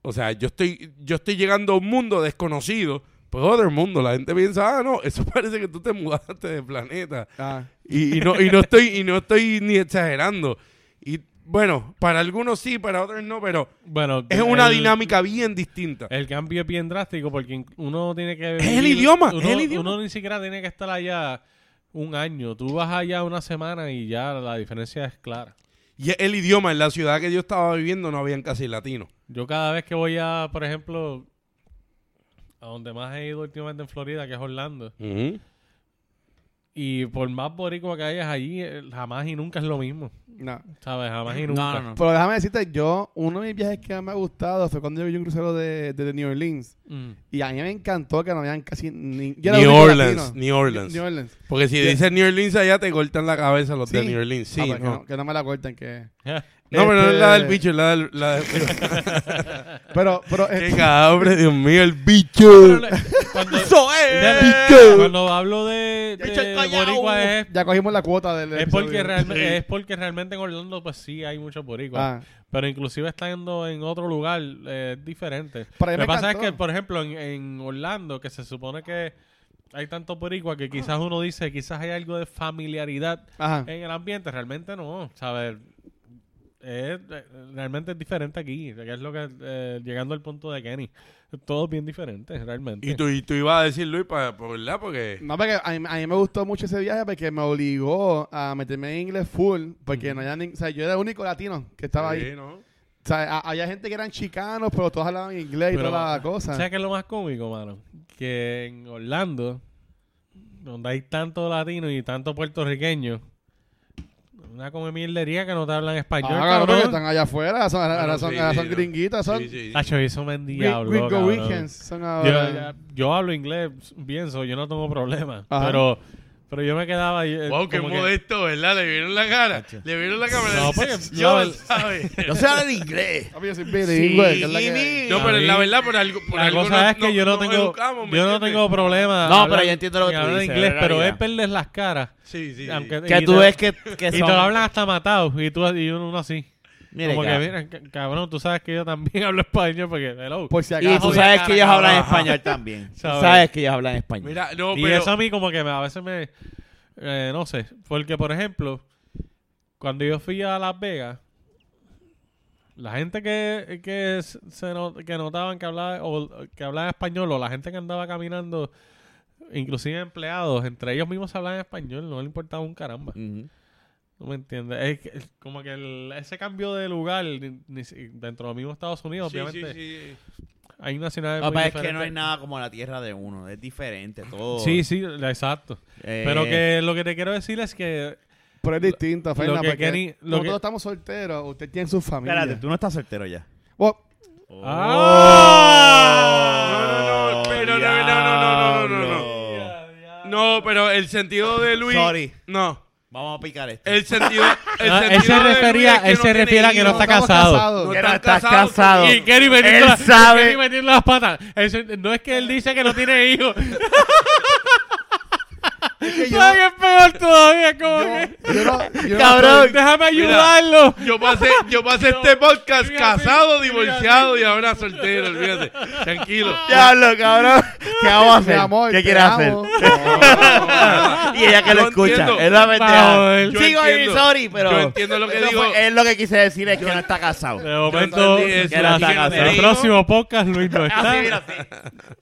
S3: o sea yo estoy yo estoy llegando a un mundo desconocido pues otro mundo la gente piensa ah no eso parece que tú te mudaste de planeta
S2: Ah.
S3: y, y no, y, no estoy, y no estoy ni exagerando. Y bueno, para algunos sí, para otros no, pero
S4: Bueno,
S3: es una
S4: el-
S3: dinámica bien distinta.
S4: El cambio es bien drástico porque in- uno tiene que...
S3: Es el
S4: vivir-
S3: idioma, es
S4: uno,
S3: el idioma.
S4: uno ni siquiera tiene que estar allá un año. Tú vas allá una semana y ya la diferencia es clara.
S3: Y el idioma, en la ciudad que yo estaba viviendo no habían casi latinos.
S4: Yo cada vez que voy a, por ejemplo, a donde más he ido últimamente en Florida, que es Orlando, y por más boricua que hayas allí, eh, jamás y nunca es lo mismo,
S2: No.
S4: ¿sabes? Jamás
S1: No,
S4: y nunca.
S1: no, no.
S2: Pero déjame decirte, yo, uno de mis viajes que más me ha gustado fue cuando yo vi un crucero de, de New Orleans.
S4: Mm.
S2: Y a mí me encantó que no habían casi ni. yo era el
S3: New
S2: único
S3: Orleans,
S2: latino.
S3: New Orleans.
S2: New Orleans.
S3: Porque si
S2: Ya.
S3: dices New Orleans allá te cortan la cabeza los de
S2: Sí.
S3: New Orleans. Sí,
S2: Ah, pues,
S3: no.
S2: que, no, que no me la corten, que.
S3: No, pero no es la del
S2: Este-
S3: bicho, es la del... La del-
S2: Pero, pero.
S3: ¡Qué
S2: eh,
S3: cabrón, Dios mío, el
S4: Pero
S3: bicho!
S4: le- cuando,
S3: ¡Eso es!
S4: de- cuando hablo de,
S1: Ya estoy
S4: de
S1: callado.
S4: boricua es,
S2: ya cogimos la cuota del.
S4: es
S2: episodio.
S4: porque realmente, es porque realmente en Orlando pues sí hay muchos boricuas.
S2: Ah,
S4: Pero inclusive estando en otro lugar eh, es diferente.
S2: Pero a
S4: Lo
S2: mí
S4: que
S2: me
S4: pasa es
S2: encantó.
S4: que, por ejemplo, en, en Orlando, que se supone que hay tantos boricuas que quizás uno dice, quizás hay algo de familiaridad
S2: Ajá.
S4: en el ambiente. Realmente no, ¿sabes? Es, eh, realmente es diferente aquí. que Es lo que, eh, llegando al punto de Kenny. Todo es bien diferente, realmente.
S3: Y tú, y tú ibas a decir, Luis, pa- pa- ¿verdad? Porque...
S2: No, porque a mí, a mí me gustó mucho ese viaje porque me obligó a meterme en inglés full. Porque no había ni- O sea, yo era el único latino que estaba
S3: Sí,
S2: ahí.
S3: ¿no?
S2: O sea, a- había gente que eran chicanos, pero todos hablaban inglés y
S4: Pero-
S2: toda la cosa.
S4: ¿Sabes qué es lo más cómico, mano? Que en Orlando, donde hay tantos latinos y tantos puertorriqueños, una come mierdería que no te hablan español,
S2: Ah, cabrón, porque
S4: cabrón.
S2: están allá afuera, son, ahora-
S3: Ah, no,
S2: ahora son,
S3: sí,
S2: ahora
S3: sí,
S2: son
S3: no.
S2: gringuitas, son
S3: Sí, sí.
S4: Tacho, eso me
S2: gri-
S4: diablo,
S2: gringo
S4: cabrón.
S2: weekends, son
S4: Yo,
S2: ahora.
S4: yo hablo inglés bien, so yo no tengo problema.
S2: Ajá.
S4: Pero Pero yo me quedaba. eh,
S3: Wow, qué
S4: como que-
S3: modesto, ¿verdad? Le vieron la cara. Le vieron la cámara.
S4: No, porque-
S3: yo,
S4: no,
S3: ¿sabes?
S1: No se habla de inglés.
S2: Papi, yo soy bilingüe, que es la que-
S3: No, pero la verdad, por algo. Por
S4: La
S3: algo
S4: cosa es que yo no tengo,
S3: educamos, ¿me
S4: yo no
S3: entiendes?
S4: tengo problema.
S1: No,
S4: hablar-
S1: pero yo entiendo lo que
S4: en
S1: tú
S4: hablar
S1: dices,
S4: inglés,
S1: la
S4: pero
S1: realidad.
S4: es verles las caras.
S3: Sí, sí. sí.
S4: Aunque-
S1: Que
S4: y
S1: tú
S4: te-
S1: ves que, que
S4: Y
S1: son-
S4: te lo hablan hasta matado y tú y uno, uno así.
S1: Mire,
S4: como que,
S1: cara.
S4: mira, ca- cabrón, tú sabes que yo también hablo español porque, hello.
S2: Por si acaso.
S1: Y tú
S4: Joder,
S1: sabes
S4: cara,
S1: que ellos hablan
S4: cabrón.
S1: español también. Tú
S4: Sabes.
S1: Sabes que ellos hablan español.
S3: Mira, no,
S4: y
S3: pero.
S4: eso a mí como que me, a veces me... eh, no sé, porque por ejemplo, cuando yo fui a Las Vegas, la gente que, que, s- se no- que notaban que hablaba, o, que hablaba español o la gente que andaba caminando, inclusive empleados, entre ellos mismos hablaban español, no le importaba un caramba.
S1: Ujú.
S4: No me entiendes. Es, que- es como que el- ese cambio de lugar ni- ni si- dentro de los mismos Estados Unidos,
S3: Sí, sí,
S4: obviamente,
S3: sí.
S4: hay una ciudad
S1: Papá, es que no hay nada como la tierra de uno. Es diferente todo.
S4: Sí, sí, exacto.
S1: Eh,
S4: Pero que lo que te quiero decir es que
S2: Pero es distinto, Fernan,
S4: que
S2: porque
S4: Kenny- lo
S2: nosotros
S4: que-
S2: estamos solteros, usted tiene su familia.
S1: Espérate, tú no estás soltero ya.
S2: Bueno,
S4: Ah.
S1: Oh.
S3: No, no, no, pero no, no, no, no, no, no, no. No, pero el sentido de Luis.
S1: Sorry.
S3: No.
S1: Vamos a picar este. esto.
S3: El sentido. El
S4: Ah,
S3: sentido
S4: él se
S3: de Luis
S4: refería-
S3: es que
S4: él
S3: no
S4: se
S3: tiene
S4: refiere a que no
S3: hijos.
S4: está casado.
S2: estamos
S1: Que no
S3: están
S1: estás
S3: casados.
S1: casado.
S4: Y Kenny metiendo,
S1: Él
S4: la-
S1: sabe.
S4: Kenny metiendo las patas. Eso- no es que él dice que no tiene hijos.
S2: que yo-
S4: No, que es peor todavía. Como que,
S2: Yo, yo no, yo no
S1: Cabrón.
S4: déjame
S3: Mira.
S4: ayudarlo.
S3: Yo pasé, yo pasé este podcast
S4: Fíjate,
S3: casado,
S4: fíjate.
S3: divorciado y ahora soltero, olvídate. Tranquilo.
S1: Diablo, cabrón. ¿Qué vamos a
S2: estoy- mi
S1: hacer?
S2: amor,
S1: ¿Qué
S2: te
S1: quieres hacer?
S2: amo.
S4: Ah,
S1: y ella que lo
S3: Yo
S1: escucha.
S3: entiendo.
S1: Es la
S4: Vamos,
S1: pendeja.
S4: él.
S3: Yo
S1: Sigo ahí,
S3: entiendo.
S1: sorry, pero.
S3: Yo entiendo lo que
S1: eso
S3: digo.
S1: fue- él lo que quise decir es que no está casado.
S4: De momento,
S3: entendí eso,
S1: que no está
S4: el-
S1: casado.
S4: el próximo podcast Luis no está.
S1: Así, mira, así.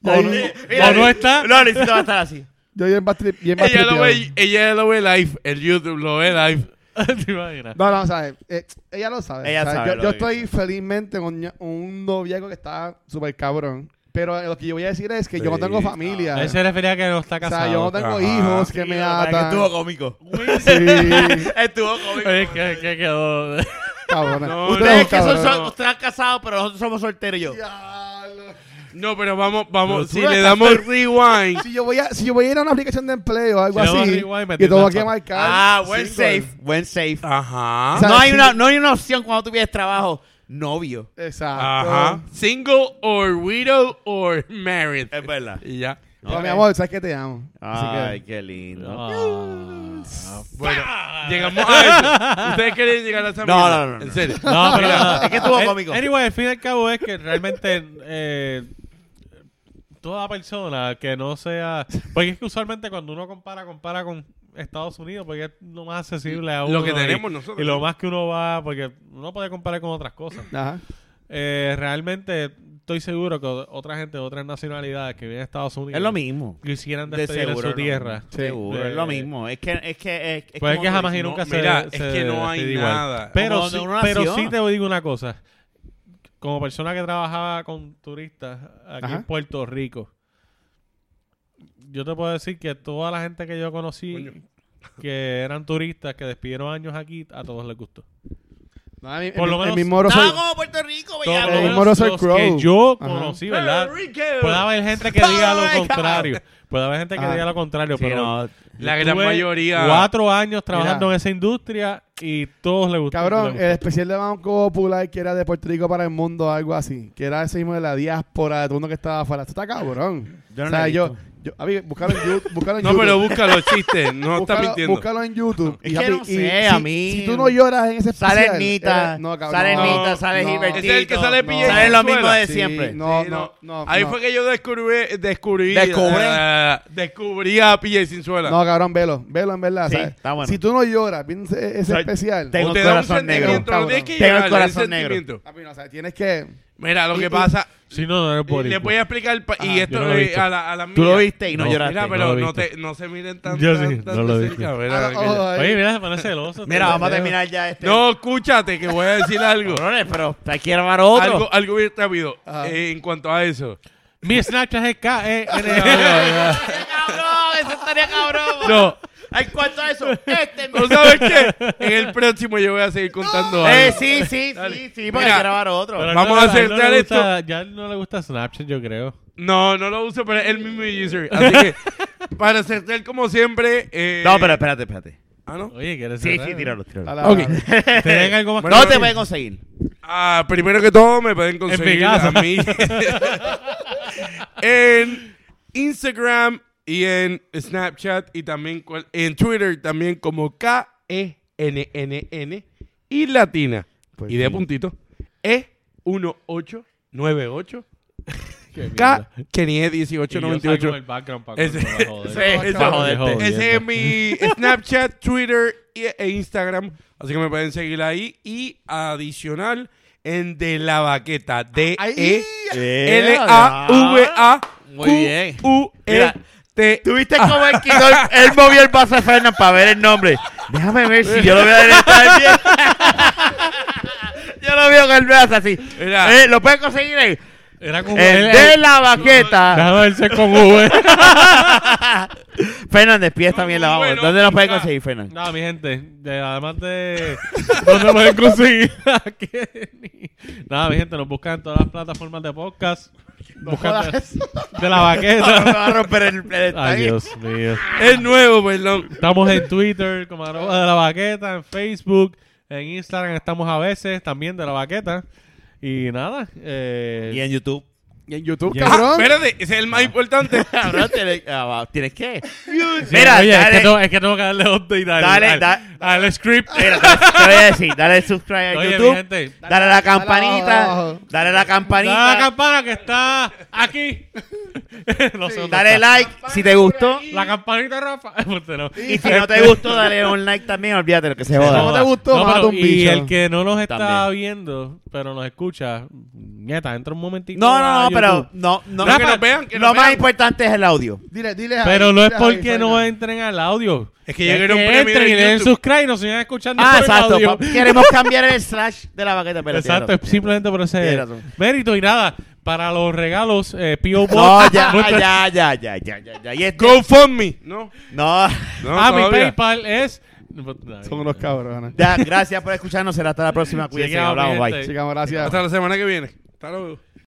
S2: Yo,
S4: no-
S2: yo-
S1: Mira,
S4: ¿O no
S1: así.
S4: está?
S1: No, necesito va a estar así.
S2: yo bien bastrip- bien
S3: Ella lo,
S2: bastripeado.
S3: ve, ella lo ve live, el YouTube lo ve live.
S4: ¿Te imaginas?
S2: No, no, sabes, eh, ella lo sabe.
S1: Ella
S2: o sea,
S1: sabe
S2: yo
S1: lo
S2: yo
S1: que
S2: estoy felizmente con ña- un noviazgo que está súper cabrón. Pero lo que yo voy a decir es que yo no tengo
S3: Sí.
S2: familia.
S4: Él se refería a que no está
S2: o
S4: ah, casado.
S2: sea, yo no tengo
S3: Ajá.
S2: hijos que me atan.
S1: Estuvo cómico.
S2: Sí,
S1: Estuvo cómico.
S4: Oye, que, que quedó.
S2: cabrón.
S3: No, no,
S2: Ustedes
S1: Ustedes
S2: son
S1: que son,
S2: cabrones.
S1: son- ustedes casados, pero nosotros somos solteros y yo.
S2: Diablo.
S3: No, pero vamos, vamos,
S1: Pero tú
S3: si
S1: no
S3: le
S1: estás
S3: damos rewind.
S2: Si yo, voy a, si yo voy a ir a una aplicación de empleo o algo
S4: Si no vas a
S2: así,
S4: ir, guay,
S2: y
S4: metiendo
S2: tengo
S4: la
S2: que
S4: pata.
S2: marcar.
S1: Ah, buen
S2: single.
S1: safe. Buen safe.
S4: Ah,
S3: Ajá.
S2: sea,
S1: No hay
S2: sí.
S1: una, no hay una opción cuando tú tienes trabajo. Novio.
S2: Exacto.
S3: Ajá. Single or widow or married.
S1: Es verdad.
S3: Y ya.
S2: Pero, mi amor, sabes que te amo.
S1: Ah.
S2: Así que-
S1: Ay, qué lindo.
S4: Ah.
S3: Bueno, llegamos a eso. ¿Ustedes quieren llegar a esa
S1: No,
S3: mierda?
S1: no, no, no,
S3: En
S1: no.
S3: serio.
S4: No, pero
S1: Mira, es que estuvo
S4: Eh,
S1: cómico.
S4: Anyway, al fin y al cabo es que realmente eh, toda persona que no sea. Porque es que usualmente cuando uno compara, compara con Estados Unidos, porque es lo más accesible a
S3: Lo
S4: uno.
S3: que
S4: y-
S3: tenemos nosotros.
S4: Y lo más que uno va, porque uno puede comparar con otras cosas.
S2: Ajá.
S4: Eh, realmente estoy seguro que otra gente de otras nacionalidades que viene a Estados Unidos
S1: Es lo mismo.
S4: quisieran
S1: De
S4: despedir en
S1: seguro.
S4: su
S1: no.
S4: tierra.
S1: Seguro,
S4: Eh,
S1: es lo mismo. Es que es que es, es
S4: Pues es
S1: como
S4: que
S1: tú
S4: jamás y
S1: dices,
S4: nunca
S3: no,
S4: se,
S3: mira, es
S4: se
S3: que no hay
S4: se igual.
S3: nada.
S4: Pero,
S1: Como
S4: sí,
S1: donde uno
S4: pero
S1: nació.
S4: sí te digo una cosa. Como persona que trabajaba con turistas aquí
S2: Ajá.
S4: en Puerto Rico, yo te puedo decir que toda la gente que yo conocí que eran turistas, que despidieron años aquí, a todos les gustó.
S2: No, a mí-
S4: Por
S2: el-
S4: lo menos-
S2: El mismo oro
S1: Estaba
S2: soy.
S1: como Puerto Rico,
S4: Todos
S2: lo
S1: bellaco.
S2: mismo era
S4: los
S2: Sir Crow.
S4: que yo
S2: Ajá.
S4: conocí, ¿verdad?
S3: Enrique.
S4: Puede haber gente que diga
S1: Oh my
S4: lo
S1: God.
S4: contrario. Puede haber gente que
S2: Ah.
S4: diga lo contrario,
S1: Sí,
S4: pero
S1: no,
S3: La gran
S4: Tuve
S3: mayoría.
S4: Cuatro años trabajando en esa industria y todos le gustó. le
S2: Cabrón,
S4: gustó.
S2: el especial de Banco Popular que era de Puerto Rico para el mundo, algo así. Que era ese mismo de la diáspora, de todo el mundo que estaba afuera. Esto está cabrón.
S1: Yo no
S2: o
S1: lo
S2: sea,
S1: he
S2: yo, yo. A mí, buscaron en You- búscalo en
S3: No,
S2: YouTube.
S3: pero busca los chistes. No está
S2: Búscalo-
S3: mintiendo.
S2: Búscalo en YouTube.
S1: Es
S2: Y,
S1: que
S2: papi,
S1: no
S2: y
S1: sé,
S2: si-
S1: a mí-
S2: Si tú no lloras en ese especial.
S1: Sale Nita,
S2: eres- no, cabrón,
S1: sale
S2: no.
S1: Nita, sale
S2: no.
S1: Gilbertito.
S3: Ese es el que sale PJ
S1: Sale lo mismo
S3: Venezuela.
S1: de
S2: Sí,
S1: siempre.
S2: No,
S3: Sí,
S2: no, no.
S3: Ahí
S2: no.
S3: fue que yo descubrí, descubrí,
S1: Descubrí.
S3: eh, descubrí a PJ Sinzuela.
S2: No, cabrón, velo. Velo en verdad.
S1: Sí,
S2: ¿sabes?
S1: está bueno.
S2: Si tú no lloras, viendo ese, ese
S1: Soy-
S2: especial.
S1: tengo
S3: Usted
S1: el
S3: da un
S1: corazón negro.
S3: sentimiento, no tienes que
S1: Tengo el
S3: llegar,
S1: corazón
S3: un
S1: negro.
S3: sentimiento.
S2: Papi, no, o sea, tienes que.
S3: Mira, lo
S2: Y-
S3: que
S2: y-
S3: pasa,
S4: Si no, pues. no
S3: y le
S4: eres boricua.
S3: voy a explicar, pa- y
S4: Ajá,
S3: esto
S4: Ah, yo no lo
S3: le-
S4: he visto.
S3: a la, a la
S1: Tú lo
S3: mía.
S1: viste y no,
S4: No,
S1: lloraste.
S3: Mira,
S4: no
S3: pero
S4: lo
S3: no,
S4: he visto.
S3: te, no se miren tan,
S4: Yo
S3: tan,
S4: sí,
S3: tan
S4: no lo he
S3: de
S4: visto.
S3: cerca,
S2: Ah,
S3: ¿verdad?
S2: no, ojo ahí.
S4: Oye, mira, se pone celoso.
S1: Mira, vamos a terminar ya este.
S3: No, escúchate, que voy a decir algo.
S1: cabrones, pero te quiero armar otro.
S3: Algo, algo bien rápido
S2: Ajá.
S3: eh, en cuanto a eso.
S4: Mi Snapchat es K, E, N.
S1: cabrón, eso estaría cabrón.
S3: No,
S1: En cuanto a eso, este
S3: ¿no sabes qué? En el próximo yo voy a seguir contando
S1: Eh,
S3: algo.
S1: sí, sí, sí, sí, porque
S3: Mira.
S1: quiero grabar otro.
S4: Pero
S3: Vamos
S4: no,
S3: a
S4: él no le
S3: aceptar
S4: gusta- Ya no le gusta Snapchat, yo creo.
S3: No, no lo uso, pero es el mismo user. Así que, para ser él como siempre. eh,
S1: No, pero espérate, espérate.
S3: Ah, no.
S4: Oye, ¿quieres
S1: Sí,
S4: cerrar?
S1: sí, tíralo, tíralo.
S2: A la-
S3: Ok.
S4: ¿Tienen algo más
S1: no te pueden conseguir.
S3: Ah, primero que todo, me pueden conseguir
S4: casa.
S3: a mí en Instagram y en Snapchat y también cual- en Twitter también como E K-E-N-N-N y latina.
S2: Pues
S3: y de
S2: sí.
S3: puntito, E E1898
S4: Qué mierda. Y yo salgo en el
S3: K-1898.
S4: background para
S3: Ese-
S4: controlar, joder.
S3: ese-
S1: Este
S3: ese-
S4: Para joder,
S1: ese-
S4: joder.
S3: Ese es mi Snapchat, Twitter y- e Instagram. Así que me pueden seguir ahí. Y adicional en De La Baqueta. d
S2: Ay,
S3: e
S1: Eh, ah,
S5: Muy bien.
S3: L-A-V-A-Q-U-E-T.
S1: ¿Tuviste cómo él quitó el, él movió el vaso de Fernández para ver el nombre? Déjame ver si yo lo veo en el bien. yo lo veo con el brazo así.
S3: Mira.
S1: Eh, lo puedes conseguir en,
S4: Era como
S1: en
S4: él-
S1: De
S4: él-
S1: la Baqueta.
S4: Déjame verse con V.
S1: Fernández Pies también la vamos.
S3: Bueno,
S1: ¿Dónde lo puedes
S3: ya.
S1: conseguir, Fernández?
S4: Nada, mi gente, de- además de dónde pueden conseguir a Kenny. Nada, mi gente, nos buscan en todas las plataformas de podcast. Buscan de, de la
S1: Me
S4: vaqueta.
S1: va a romper el, el-
S4: Ay, Dios mío.
S3: Es nuevo, perdón.
S4: Estamos en Twitter como arroba de la vaqueta, en Facebook, en Instagram estamos a veces también de la vaqueta. Y nada, eh,
S1: Y en YouTube.
S2: Y en YouTube,
S4: Ya.
S3: Ah,
S2: cabrón.
S3: espérate, ese es el más importante.
S1: Cabrón, tienes, ah, va, ¿tienes que.
S4: sí,
S1: Mira,
S4: oye, es,
S1: dale,
S4: que tengo, es que tengo que darle update al,
S1: Dale,
S4: al,
S1: da-
S4: al script.
S1: mira, te te voy a decir, Eh, dale subscribe a
S4: Oye, mi
S1: YouTube.
S4: gente,
S1: Dale a la campanita.
S2: abajo.
S1: Dale a la
S4: Dale a la
S1: campanita.
S4: campana que está aquí. no sé dónde
S1: Dale
S4: está.
S1: like si te gustó.
S4: La campanita, Rafa. Este no.
S1: Y si no te gustó, dale un like también. Olvídate lo que se
S2: no
S1: joda.
S2: te gustó,
S4: No, pero-
S2: mata un
S4: Y
S2: bicho.
S4: el que no nos está
S1: También.
S4: viendo, pero nos escucha, neta, entra un momentito.
S1: No,
S4: a
S1: no, no, pero
S4: YouTube.
S1: no, no.
S3: No, que nos vean, que
S1: Lo
S3: nos
S1: más
S3: vean.
S1: importante es el audio.
S2: Dile, dile a-
S4: Pero no
S2: dile
S4: es
S2: a
S4: porque
S2: Javi,
S4: no
S2: Fernández.
S4: entren al audio.
S3: Es que yo quiero un
S4: que
S3: premio
S4: entren
S3: en
S4: y le den
S3: YouTube.
S4: subscribe y nos sigan escuchando.
S1: Ah,
S4: por el
S1: exacto.
S4: audio.
S1: pa- Queremos cambiar el slash de la baqueta. Pero
S4: Exacto, es simplemente por
S1: Tienes
S4: ese
S1: razón.
S4: mérito y nada. Para los regalos, eh, P.O. Box.
S1: No, ya,
S4: nuestra-
S1: ya, ya, ya, ya, ya, ya. Y esto-
S3: GoFundMe. No.
S1: No.
S3: no
S4: Ah, mi
S3: todavía.
S4: PayPal es.
S2: Son unos cabrones.
S1: Ya, gracias por escucharnos. Será hasta la próxima. Cuídense.
S4: Chequeado, mi
S1: Hablamos. Bye.
S4: gente.
S2: Chicas, gracias.
S3: Hasta la semana que viene. Hasta luego.